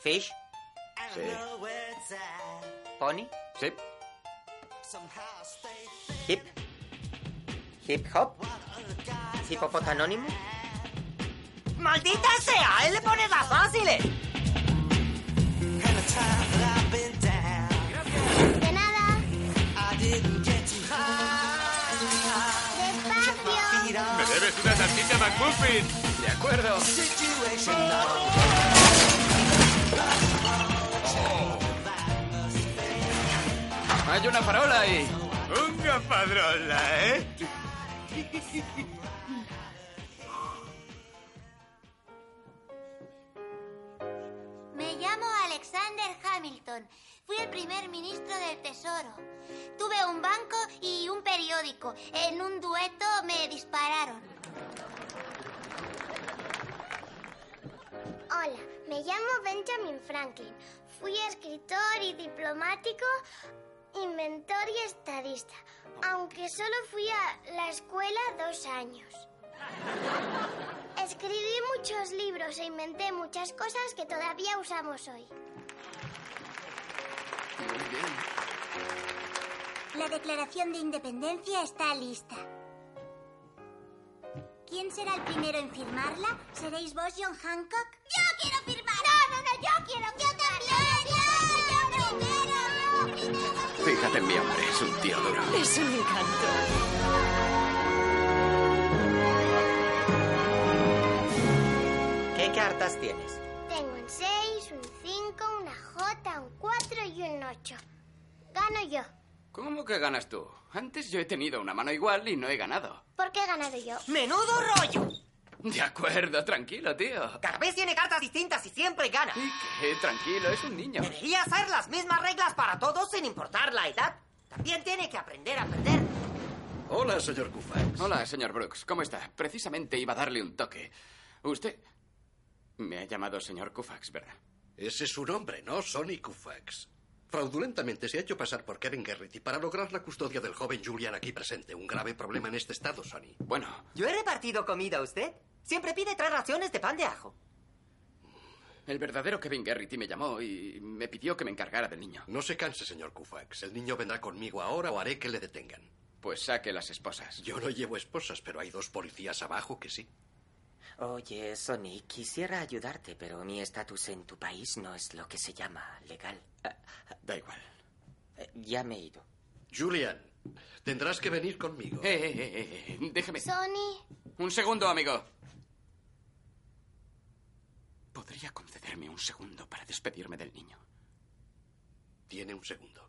Fish, Sí. pony, Sí. hip, hip hop, hipopotanónimo. ¡Maldita sea! ¡Él le pone las fáciles! De nada. Me debes una salchicha McMuffin. De acuerdo. Hay una farola y... Una padrola, ¿eh? Me llamo Alexander Hamilton. Fui el primer ministro del Tesoro. Tuve un banco y un periódico. En un dueto me dispararon. Hola, me llamo Benjamin Franklin. Fui escritor y diplomático, inventor y estadista, aunque solo fui a la escuela dos años. Escribí muchos libros e inventé muchas cosas que todavía usamos hoy. La declaración de independencia está lista. ¿Quién será el primero en firmarla? ¿Seréis vos, John Hancock? ¡Yo quiero firmar! ¡No, no, no! ¡Yo quiero ¡Yo también! ¡Yo, primero! Fíjate en mi hombre, es un tío duro. Es un encanto. ¿Qué cartas tienes? Tengo un 6, un 5, una J, un 4 y un 8. Gano yo. ¿Cómo que ganas tú? Antes yo he tenido una mano igual y no he ganado. ¿Por qué he ganado yo? ¡Menudo rollo! De acuerdo, tranquilo, tío. Cada vez tiene cartas distintas y siempre gana. Eh, tranquilo, es un niño. Debería hacer las mismas reglas para todos sin importar la edad. También tiene que aprender a perder. Hola, señor Koufax. Hola, señor Brooks. ¿Cómo está? Precisamente iba a darle un toque. Usted... Me ha llamado señor Koufax, ¿verdad? Ese es su nombre, ¿no? Sonny Koufax. Fraudulentamente se ha hecho pasar por Kevin Garrity para lograr la custodia del joven Julian aquí presente. Un grave problema en este estado, Sonny. Bueno, ¿Yo he repartido comida a usted? Siempre pide tres raciones de pan de ajo. El verdadero Kevin Garrity me llamó y me pidió que me encargara del niño. No se canse, señor Koufax. El niño vendrá conmigo ahora o haré que le detengan. Pues saque las esposas. Yo no llevo esposas, pero hay dos policías abajo que sí. Oye, Sony, quisiera ayudarte, pero mi estatus en tu país no es lo que se llama legal. Eh, Da igual. Ya me he ido. Julian, tendrás que venir conmigo. Eh, eh, eh, eh, eh, déjeme. Sony, Un segundo, amigo. ¿Podría concederme un segundo para despedirme del niño? Tiene un segundo.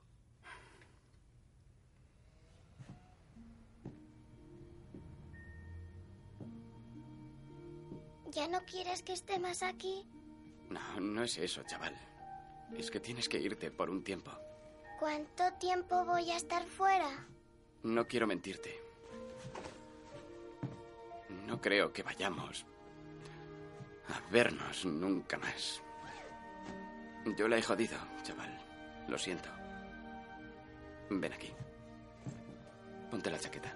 ¿Ya no quieres que esté más aquí? No, no es eso, chaval. Es que tienes que irte por un tiempo. ¿Cuánto tiempo voy a estar fuera? No quiero mentirte. No creo que vayamos a vernos nunca más. Yo la he jodido, chaval. Lo siento. Ven aquí. Ponte la chaqueta.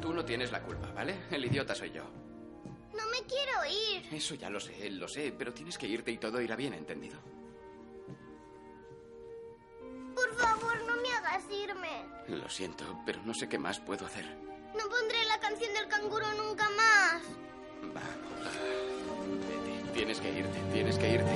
Tú no tienes la culpa, ¿vale? El idiota soy yo. No me quiero ir. Eso ya lo sé, lo sé, pero tienes que irte y todo irá bien, ¿entendido? Por favor, no me hagas irme. Lo siento, pero no sé qué más puedo hacer. No pondré la canción del canguro nunca más. Vete, tienes que irte, tienes que irte.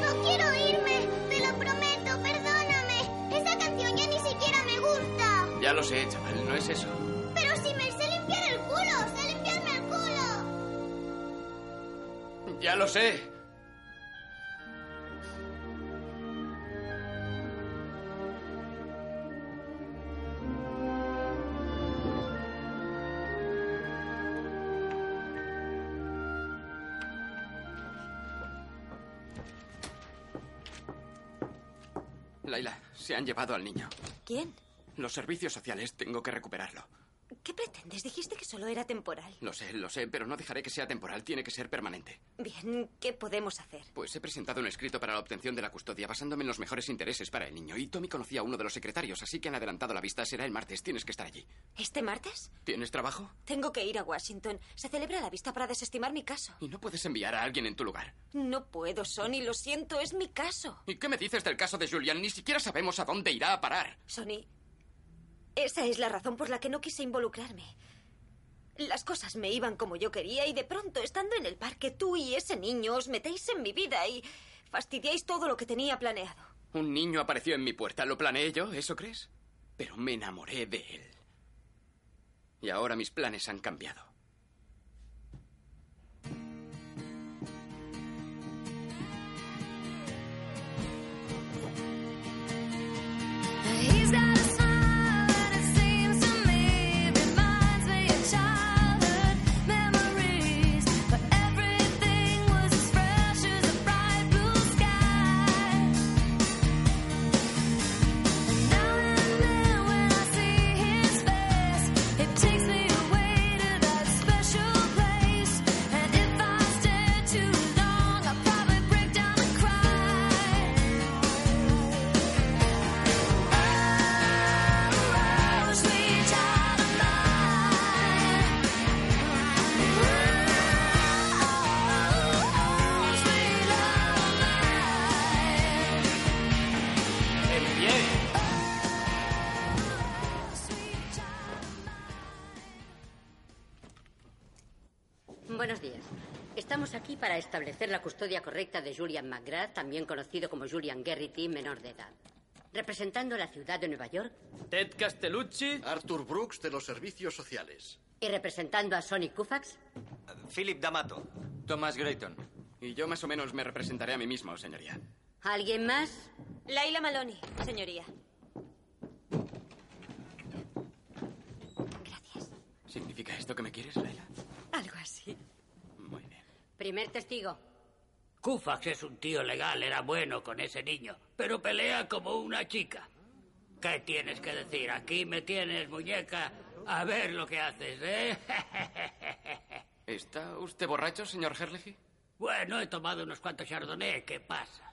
No quiero irme. Te lo prometo. Perdóname. Esa canción ya ni siquiera me gusta. Ya lo sé, chaval, no es eso. Pero si me sé limpiar el culo. Sé limpiarme el culo. Ya lo sé. Laila, se han llevado al niño. ¿Quién? Los servicios sociales, tengo que recuperarlo. ¿Qué pretendes? Dijiste que solo era temporal. Lo sé, lo sé, pero no dejaré que sea temporal, tiene que ser permanente. Bien, ¿qué podemos hacer? Pues he presentado un escrito para la obtención de la custodia basándome en los mejores intereses para el niño. Y Tommy conocía a uno de los secretarios, así que han adelantado la vista. Será el martes, tienes que estar allí. ¿Este martes? ¿Tienes trabajo? Tengo que ir a Washington. Se celebra la vista para desestimar mi caso. Y no puedes enviar a alguien en tu lugar. No puedo, Sonny, lo siento, es mi caso. ¿Y qué me dices del caso de Julian? Ni siquiera sabemos a dónde irá a parar. Sonny, esa es la razón por la que no quise involucrarme. Las cosas me iban como yo quería y de pronto, estando en el parque, tú y ese niño os metéis en mi vida y fastidiáis todo lo que tenía planeado. Un niño apareció en mi puerta. ¿Lo planeé yo? ¿Eso crees? Pero me enamoré de él. Y ahora mis planes han cambiado. He's got a smile and it seems to me reminds me of childhood memories. But everything was as fresh as a bright blue sky. And now and then when I see his face, it takes me away to that special place. And if I stare too long, I'll probably break down and cry. Buenos días. Estamos aquí para establecer la custodia correcta de Julian McGrath, también conocido como Julian Garrity, menor de edad. Representando a la ciudad de Nueva York Ted Castellucci. Arthur Brooks de los servicios sociales. y representando a Sonny Koufax, Philip D'Amato. Thomas Grayton. Y yo más o menos me representaré a mí mismo, señoría. ¿alguien más? Laila Maloney, señoría. ¿Significa esto que me quieres, Laila? Algo así. Muy bien. Primer testigo. Kufax es un tío legal, era bueno con ese niño, pero pelea como una chica. ¿Qué tienes que decir? Aquí me tienes, muñeca. A ver lo que haces, ¿eh? *laughs* ¿Está usted borracho, señor Herlihy? Bueno, he tomado unos cuantos chardonnay, ¿qué pasa?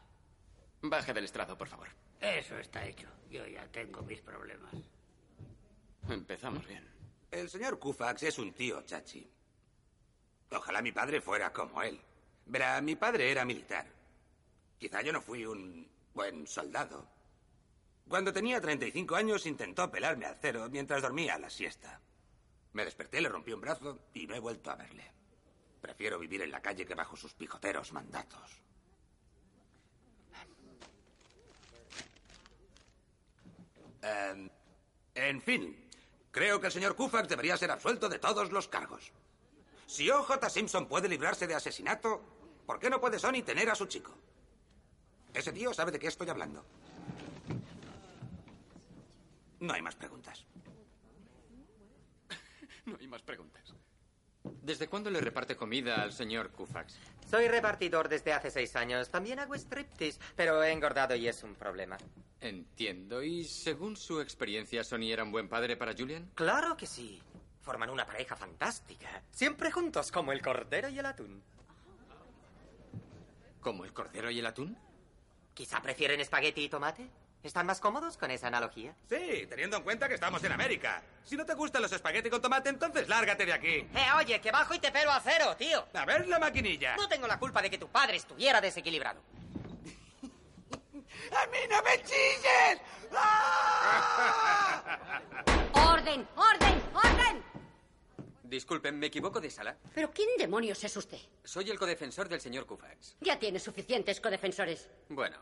Baje del estrado, por favor. Eso está hecho. Yo ya tengo mis problemas. Empezamos bien. ¿Eh? El señor Kufax es un tío, chachi. Ojalá mi padre fuera como él. Verá, mi padre era militar. Quizá yo no fui un buen soldado. Cuando tenía 35 años intentó pelarme al cero mientras dormía la siesta. Me desperté, le rompí un brazo y no he vuelto a verle. Prefiero vivir en la calle que bajo sus pijoteros mandatos. Em, en fin, creo que el señor Kufax debería ser absuelto de todos los cargos. Si O.J. Simpson puede librarse de asesinato, ¿por qué no puede Sony tener a su chico? Ese tío sabe de qué estoy hablando. No hay más preguntas. No hay más preguntas. ¿Desde cuándo le reparte comida al señor Kufax? Soy repartidor desde hace seis años. También hago striptease, pero he engordado y es un problema. Entiendo. ¿Y según su experiencia, Sonny era un buen padre para Julian? Claro que sí. Forman una pareja fantástica. Siempre juntos, como el cordero y el atún. ¿Como el cordero y el atún? Quizá prefieren espagueti y tomate. ¿Están más cómodos con esa analogía? Sí, teniendo en cuenta que estamos en América. Si no te gustan los espaguetis con tomate, entonces lárgate de aquí. Eh, oye, que bajo y te pero a cero, tío. A ver la maquinilla. No tengo la culpa de que tu padre estuviera desequilibrado. ¡A mí no me chilles! ¡Ah! ¡Orden! ¡Orden! ¡Orden! *laughs* Disculpen, ¿me equivoco de sala? ¿Pero quién demonios es usted? Soy el codefensor del señor Kufax. Ya tiene suficientes codefensores. Bueno.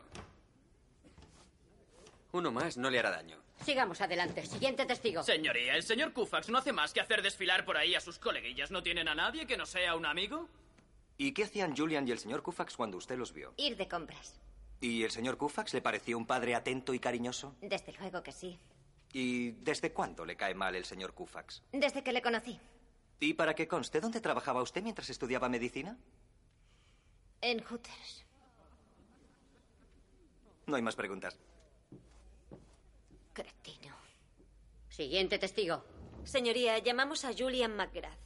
Uno más no le hará daño. Sigamos adelante. Siguiente testigo. Señoría, ¿el señor Kufax no hace más que hacer desfilar por ahí a sus coleguillas? ¿No tienen a nadie que no sea un amigo? *laughs* ¿Y qué hacían Julian y el señor Kufax cuando usted los vio? Ir de compras. ¿Y el señor Kufax le pareció un padre atento y cariñoso? Desde luego que sí. ¿Y desde cuándo le cae mal el señor Kufax? Desde que le conocí. Y para que conste, ¿dónde trabajaba usted mientras estudiaba medicina? En Hooters. No hay más preguntas. Cretino. Siguiente testigo. Señoría, llamamos a Julian McGrath.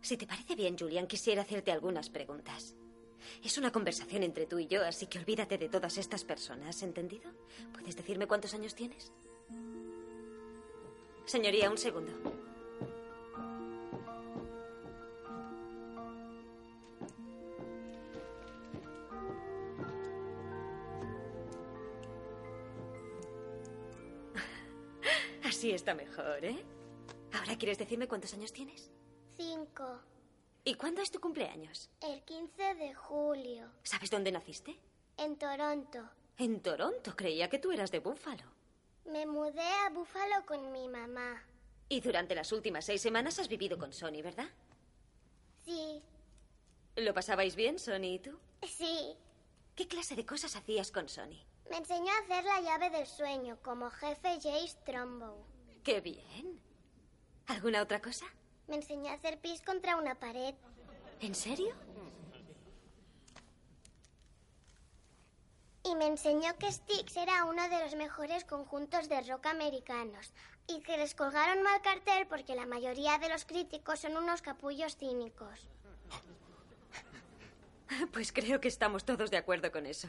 Si te parece bien, Julian, quisiera hacerte algunas preguntas. Es una conversación entre tú y yo, así que olvídate de todas estas personas, ¿entendido? ¿Puedes decirme cuántos años tienes? Señoría, un segundo. Así está mejor, ¿eh? ¿Ahora quieres decirme cuántos años tienes? Cinco. ¿Y cuándo es tu cumpleaños? El 15 de julio. ¿Sabes dónde naciste? En Toronto. En Toronto. Creía que tú eras de Búfalo. Me mudé a Buffalo con mi mamá. Y durante las últimas seis semanas has vivido con Sony, ¿verdad? Sí, ¿Lo pasabais bien, Sony y tú? sí. ¿Qué clase de cosas hacías con Sony? Me enseñó a hacer la llave del sueño como jefe Jace Trombow. ¡Qué bien! ¿Alguna otra cosa? Me enseñó a hacer pis contra una pared. ¿En serio? Y me enseñó que Styx era uno de los mejores conjuntos de rock americanos. Y que les colgaron mal cartel porque la mayoría de los críticos son unos capullos cínicos. Pues creo que estamos todos de acuerdo con eso.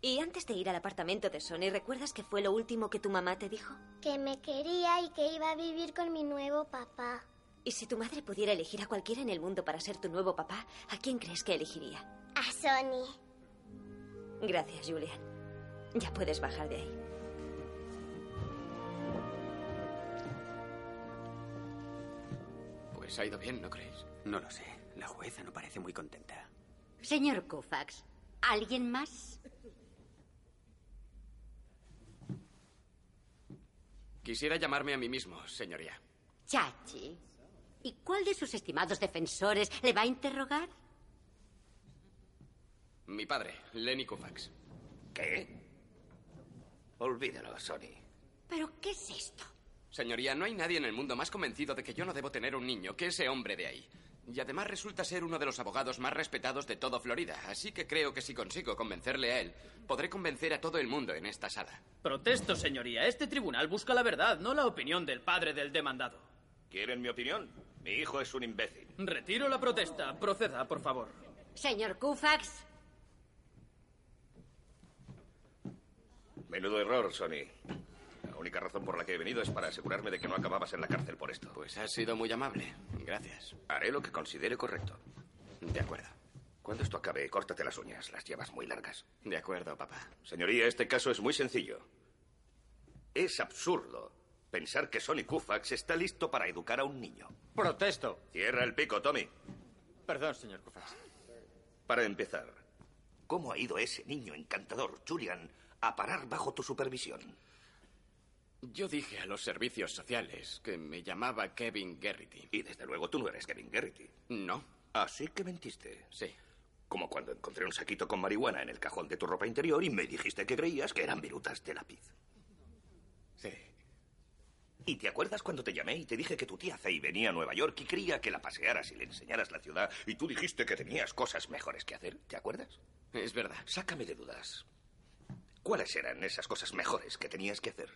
¿Y antes de ir al apartamento de Sony, recuerdas que fue lo último que tu mamá te dijo? Que me quería y que iba a vivir con mi nuevo papá. ¿Y si tu madre pudiera elegir a cualquiera en el mundo para ser tu nuevo papá, a quién crees que elegiría? A Sony. Gracias, Julian. Ya puedes bajar de ahí. Pues ha ido bien, ¿no creéis? No lo sé. La jueza no parece muy contenta. Señor Koufax, ¿alguien más? Quisiera llamarme a mí mismo, señoría. Chachi. ¿Y cuál de sus estimados defensores le va a interrogar? Mi padre, Lenny Koufax. ¿Qué? Olvídalo, Sony. ¿Pero qué es esto? Señoría, no hay nadie en el mundo más convencido de que yo no debo tener un niño que ese hombre de ahí. Y además resulta ser uno de los abogados más respetados de todo Florida, así que creo que si consigo convencerle a él, podré convencer a todo el mundo en esta sala. Protesto, señoría. Este tribunal busca la verdad, no la opinión del padre del demandado. ¿Quieren mi opinión? Mi hijo es un imbécil. Retiro la protesta. Proceda, por favor. Señor Koufax, Menudo error, Sony. La única razón por la que he venido es para asegurarme de que no acababas en la cárcel por esto. Pues has sido muy amable. Gracias. Haré lo que considere correcto. De acuerdo. Cuando esto acabe, córtate las uñas. Las llevas muy largas. De acuerdo, papá. Señoría, este caso es muy sencillo. Es absurdo pensar que Sonny Koufax está listo para educar a un niño. Protesto. Cierra el pico, Tommy. Perdón, señor Koufax. Para empezar, ¿cómo ha ido ese niño encantador, Julian, a parar bajo tu supervisión? Yo dije a los servicios sociales que me llamaba Kevin Garrity. Y desde luego tú no eres Kevin Garrity. No. Así que mentiste. Sí. Como cuando encontré un saquito con marihuana en el cajón de tu ropa interior y me dijiste que creías que eran virutas de lápiz. Sí. ¿Y te acuerdas cuando te llamé y te dije que tu tía Zey venía a Nueva York y quería que la pasearas y le enseñaras la ciudad y tú dijiste que tenías cosas mejores que hacer? ¿Te acuerdas? Es verdad. Sácame de dudas. ¿Cuáles eran esas cosas mejores que tenías que hacer?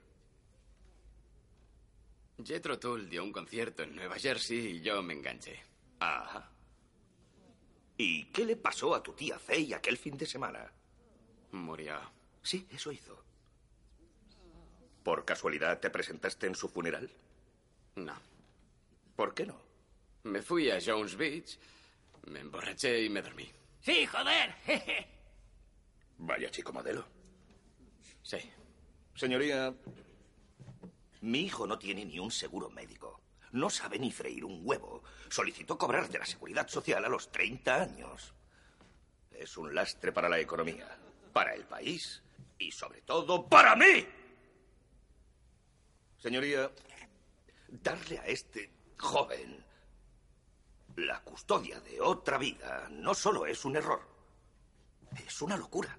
Jethro Tull dio un concierto en Nueva Jersey y yo me enganché. Ajá. ¿Y qué le pasó a tu tía Fey aquel fin de semana? Murió. Sí, eso hizo. ¿Por casualidad te presentaste en su funeral? No. ¿Por qué no? Me fui a Jones Beach, me emborraché y me dormí. Sí, joder. *laughs* Vaya chico modelo. Sí. Señoría, mi hijo no tiene ni un seguro médico. No sabe ni freír un huevo. Solicitó cobrar de la seguridad social a los 30 años. Es un lastre para la economía, para el país y sobre todo para mí. Señoría, darle a este joven la custodia de otra vida no solo es un error, es una locura.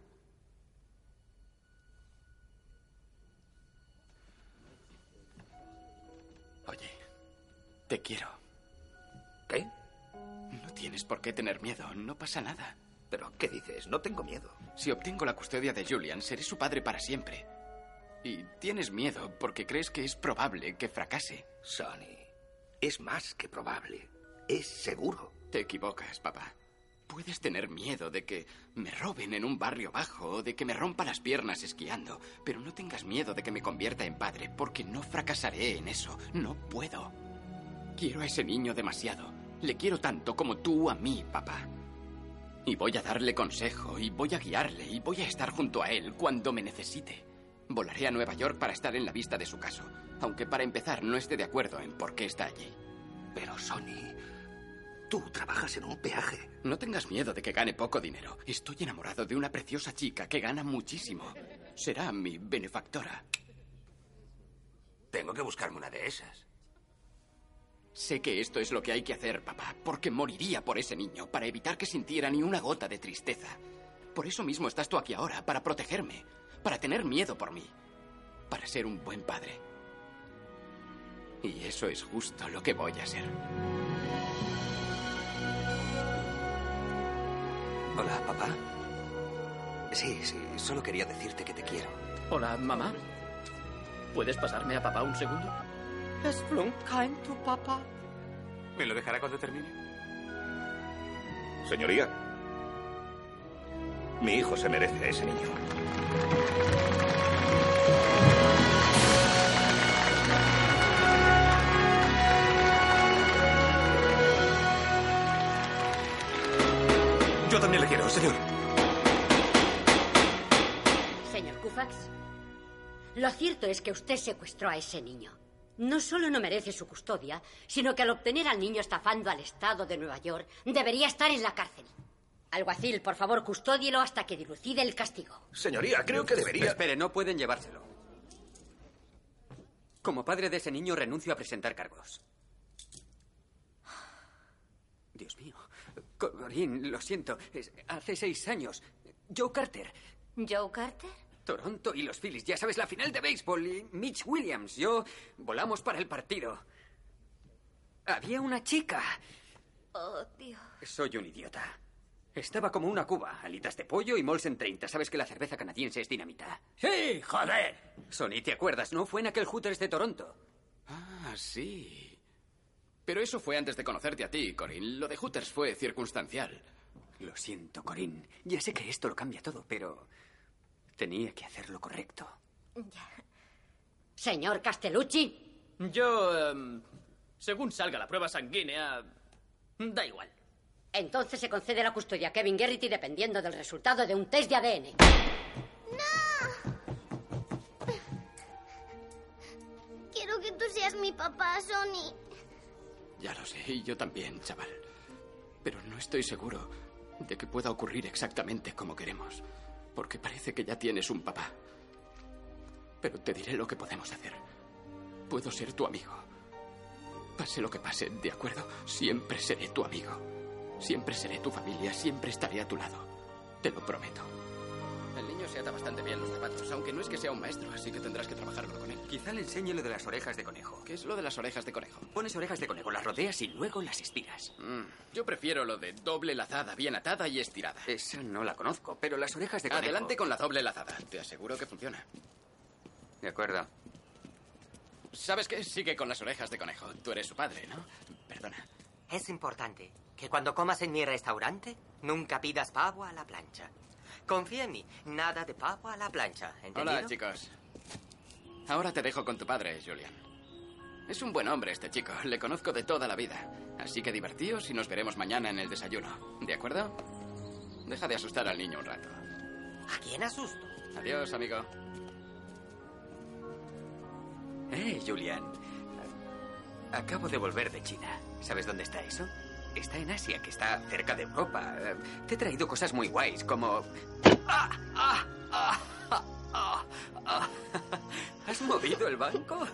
Oye, te quiero. ¿Qué? No tienes por qué tener miedo, no pasa nada. ¿Pero qué dices? No tengo miedo. Si obtengo la custodia de Julian, seré su padre para siempre. Y tienes miedo porque crees que es probable que fracase. Sonny, es más que probable. Es seguro. Te equivocas, papá. Puedes tener miedo de que me roben en un barrio bajo o de que me rompa las piernas esquiando, pero no tengas miedo de que me convierta en padre, porque no fracasaré en eso. No puedo. Quiero a ese niño demasiado. Le quiero tanto como tú a mí, papá. Y voy a darle consejo, y voy a guiarle, y voy a estar junto a él cuando me necesite. Volaré a Nueva York para estar en la vista de su caso, aunque para empezar no esté de acuerdo en por qué está allí. Pero, Sonny, tú trabajas en un peaje. No tengas miedo de que gane poco dinero. Estoy enamorado de una preciosa chica que gana muchísimo. Será mi benefactora. Tengo que buscarme una de esas. Sé que esto es lo que hay que hacer, papá, porque moriría por ese niño, para evitar que sintiera ni una gota de tristeza. Por eso mismo estás tú aquí ahora, para protegerme, para tener miedo por mí, para ser un buen padre. Y eso es justo lo que voy a ser. Hola, papá. Sí, sí, solo quería decirte que te quiero. Hola, mamá. ¿Puedes pasarme a papá un segundo? Es Flunkain tu papá. ¿Me lo dejará cuando termine? Señoría, mi hijo se merece a ese niño. Yo también le quiero, señor. Señor Koufax, lo cierto es que usted secuestró a ese niño. No solo no merece su custodia, sino que al obtener al niño estafando al Estado de Nueva York, debería estar en la cárcel. Alguacil, por favor, custodielo hasta que dilucide el castigo. Señoría, creo que debería. Espere, no pueden llevárselo. Como padre de ese niño, renuncio a presentar cargos. Dios mío. Corín, lo siento. Es- hace seis años. Joe Carter. ¿Joe Carter? Toronto y los Phillies. Ya sabes, la final de béisbol y Mitch Williams. Yo volamos para el partido. Había una chica. Oh, Dios. Soy un idiota. Estaba como una cuba. Alitas de pollo y Molson 30. Sabes que la cerveza canadiense es dinamita. Sí, joder. Sonny, ¿te acuerdas? No fue en aquel Hooters de Toronto. Ah, sí. Pero eso fue antes de conocerte a ti, Corin. Lo de Hooters fue circunstancial. Lo siento, Corin. Ya sé que esto lo cambia todo, pero tenía que hacer lo correcto. Señor Castellucci, Yo. em, según salga la prueba sanguínea. Da igual. Entonces se concede la custodia a Kevin Garrity dependiendo del resultado de un test de ADN. Quiero que tú seas mi papá, Sonny. Ya lo sé, y yo también, chaval. pero no estoy seguro de que pueda ocurrir exactamente como queremos, porque parece que ya tienes un papá. Pero te diré lo que podemos hacer. Puedo ser tu amigo. Pase lo que pase, ¿de acuerdo? Siempre seré tu amigo. Siempre seré tu familia, siempre estaré a tu lado. Te lo prometo. El niño se ata bastante bien los zapatos, aunque no es que sea un maestro, así que tendrás que trabajarlo con él. Quizá le enseñe lo de las orejas de conejo. ¿Qué es lo de las orejas de conejo? Pones orejas de conejo, las rodeas y luego las estiras. Yo prefiero lo de doble lazada, bien atada y estirada. Esa No la conozco, pero las orejas de conejo... Adelante con la doble lazada. Este Te aseguro que funciona. De acuerdo. ¿Sabes qué? Sigue con las orejas de conejo. Tú eres su padre, ¿no? Perdona. Es importante que cuando comas en mi restaurante nunca pidas pavo a la plancha. Confía en mí, nada de pavo a la plancha, ¿entendido? Hola, chicos. Ahora te dejo con tu padre, Julian. Es un buen hombre este chico. Le conozco de toda la vida. Así que divertíos y nos veremos mañana en el desayuno. ¿De acuerdo? Deja de asustar al niño un rato. ¿A quién asusto? Adiós, amigo. Eh, Julian. Acabo de volver de China. ¿Sabes dónde está eso? Está en Asia, que está cerca de Europa. Eh, Te he traído cosas muy guays, como... ¡Ah! ¡Ah! ¡Ah! ¡Ah! ¡Ah! ¡Ah! ¿Has movido el banco?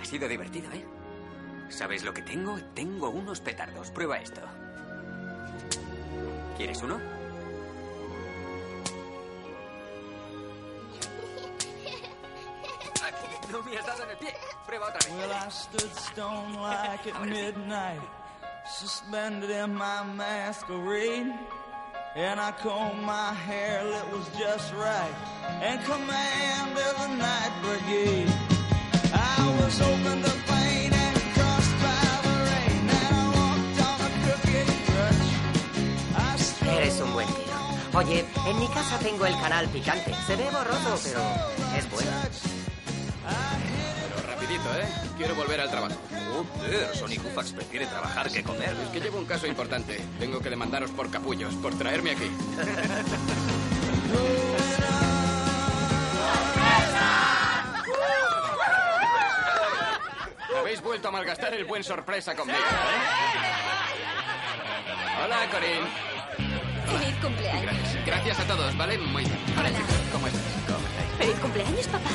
Ha sido divertido, ¿eh? ¿Sabes lo que tengo? Tengo unos petardos. Prueba esto. ¿Quieres uno? No me has dado en el pie. Prueba otra vez. Well, I stood stone like at midnight, suspended in my masquerade. And I combed my hair that was just right, and commanded the night brigade. I was open to pain and crossed by the rain, and I walked on a crooked crutch. I Eres un buen tío. Oye, en mi casa tengo el canal picante. Se ve borroso, pero es bueno. Pero rapidito, ¿eh? Quiero volver al trabajo. Joder, Sonic Ufax prefiere trabajar que comer. Es que llevo un caso importante. Tengo que demandaros por capullos, por traerme aquí. Habéis vuelto a malgastar el buen sorpresa conmigo, ¿eh? Hola, Corín. Feliz cumpleaños. Gracias. Gracias a todos, ¿vale? Muy bien. Hola, chicos. ¿Cómo estás? ¿Cómo estáis? Feliz cumpleaños, papá.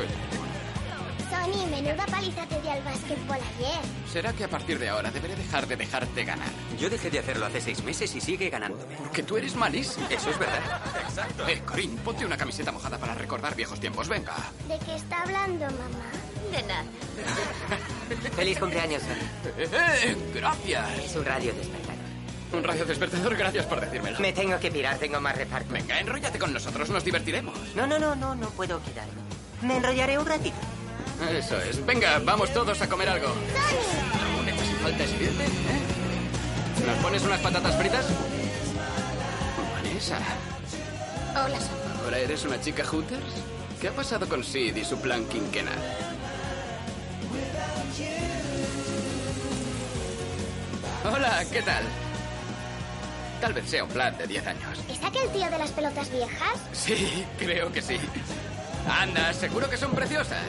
Oye, Sony, menuda paliza te di al básquetbol ayer. ¿Será que a partir de ahora deberé dejar de dejarte ganar? Yo dejé de hacerlo hace seis meses y sigue ganándome. Porque tú eres malísimo. Eso es verdad. Exacto. Eh, Corín, ponte una camiseta mojada para recordar viejos tiempos. Venga. ¿De qué está hablando, mamá? De nada. Feliz cumpleaños, Sony. Eh, eh, gracias. Es un radio despertador. Un radio despertador, gracias por decírmelo. Me tengo que pirar, tengo más reparto. Venga, enróllate con nosotros, nos divertiremos. No, no, no, no, no puedo quedarme. Me enrollaré un ratito. Eso es. Venga, vamos todos a comer algo. ¿Le hace falta escribirle? ¿eh? ¿Nos pones unas patatas fritas? Vanessa, Hola, Sam. ¿ahora eres una chica Hooters? ¿Qué ha pasado con Sid y su plan quinquenal? Hola, ¿qué tal? Tal vez sea un plan de 10 años. ¿Es aquel tío de las pelotas viejas? Sí, creo que sí. Anda, seguro que son preciosas.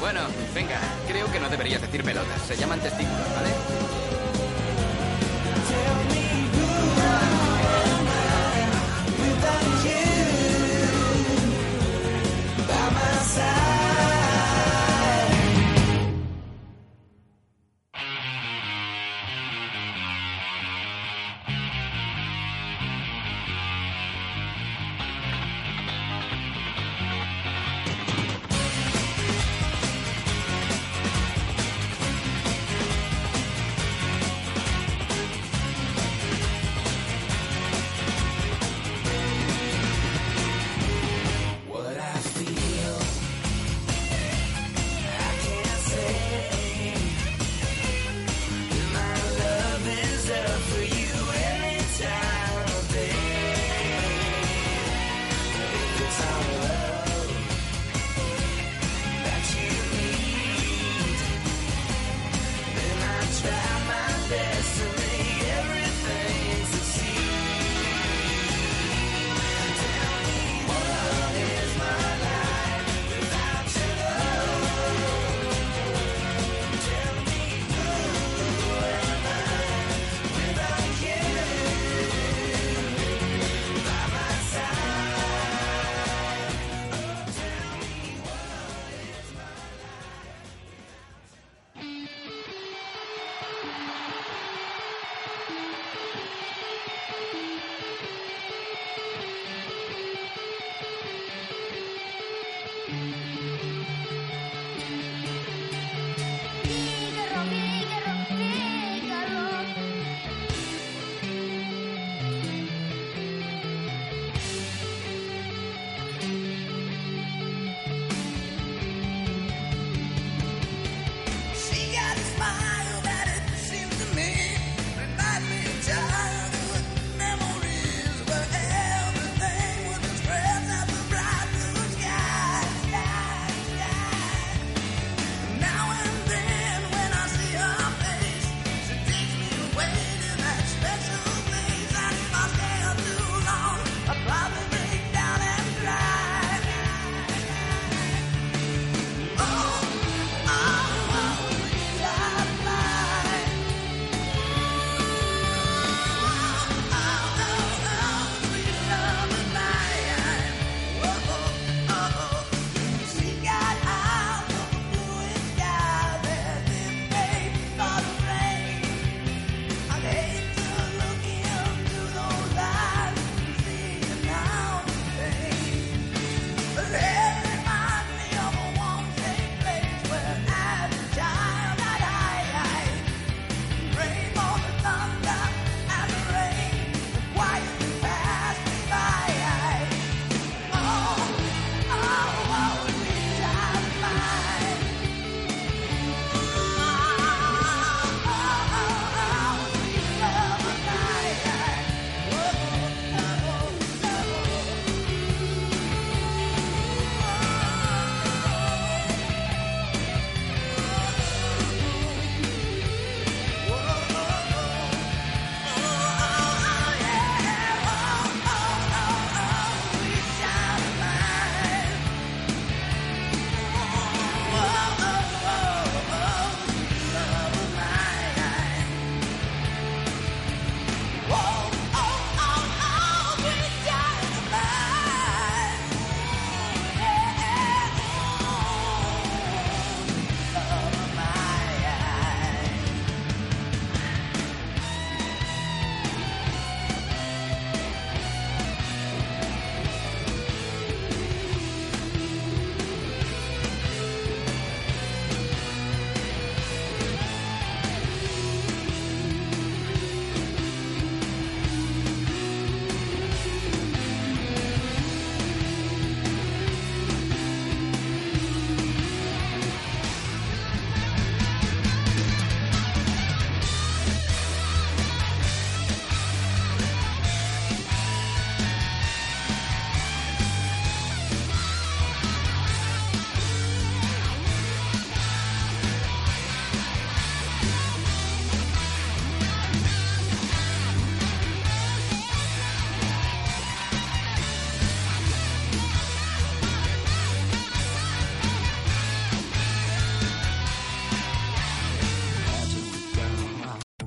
Bueno, venga, creo que no deberías decir pelotas. Se llaman testículos, ¿vale?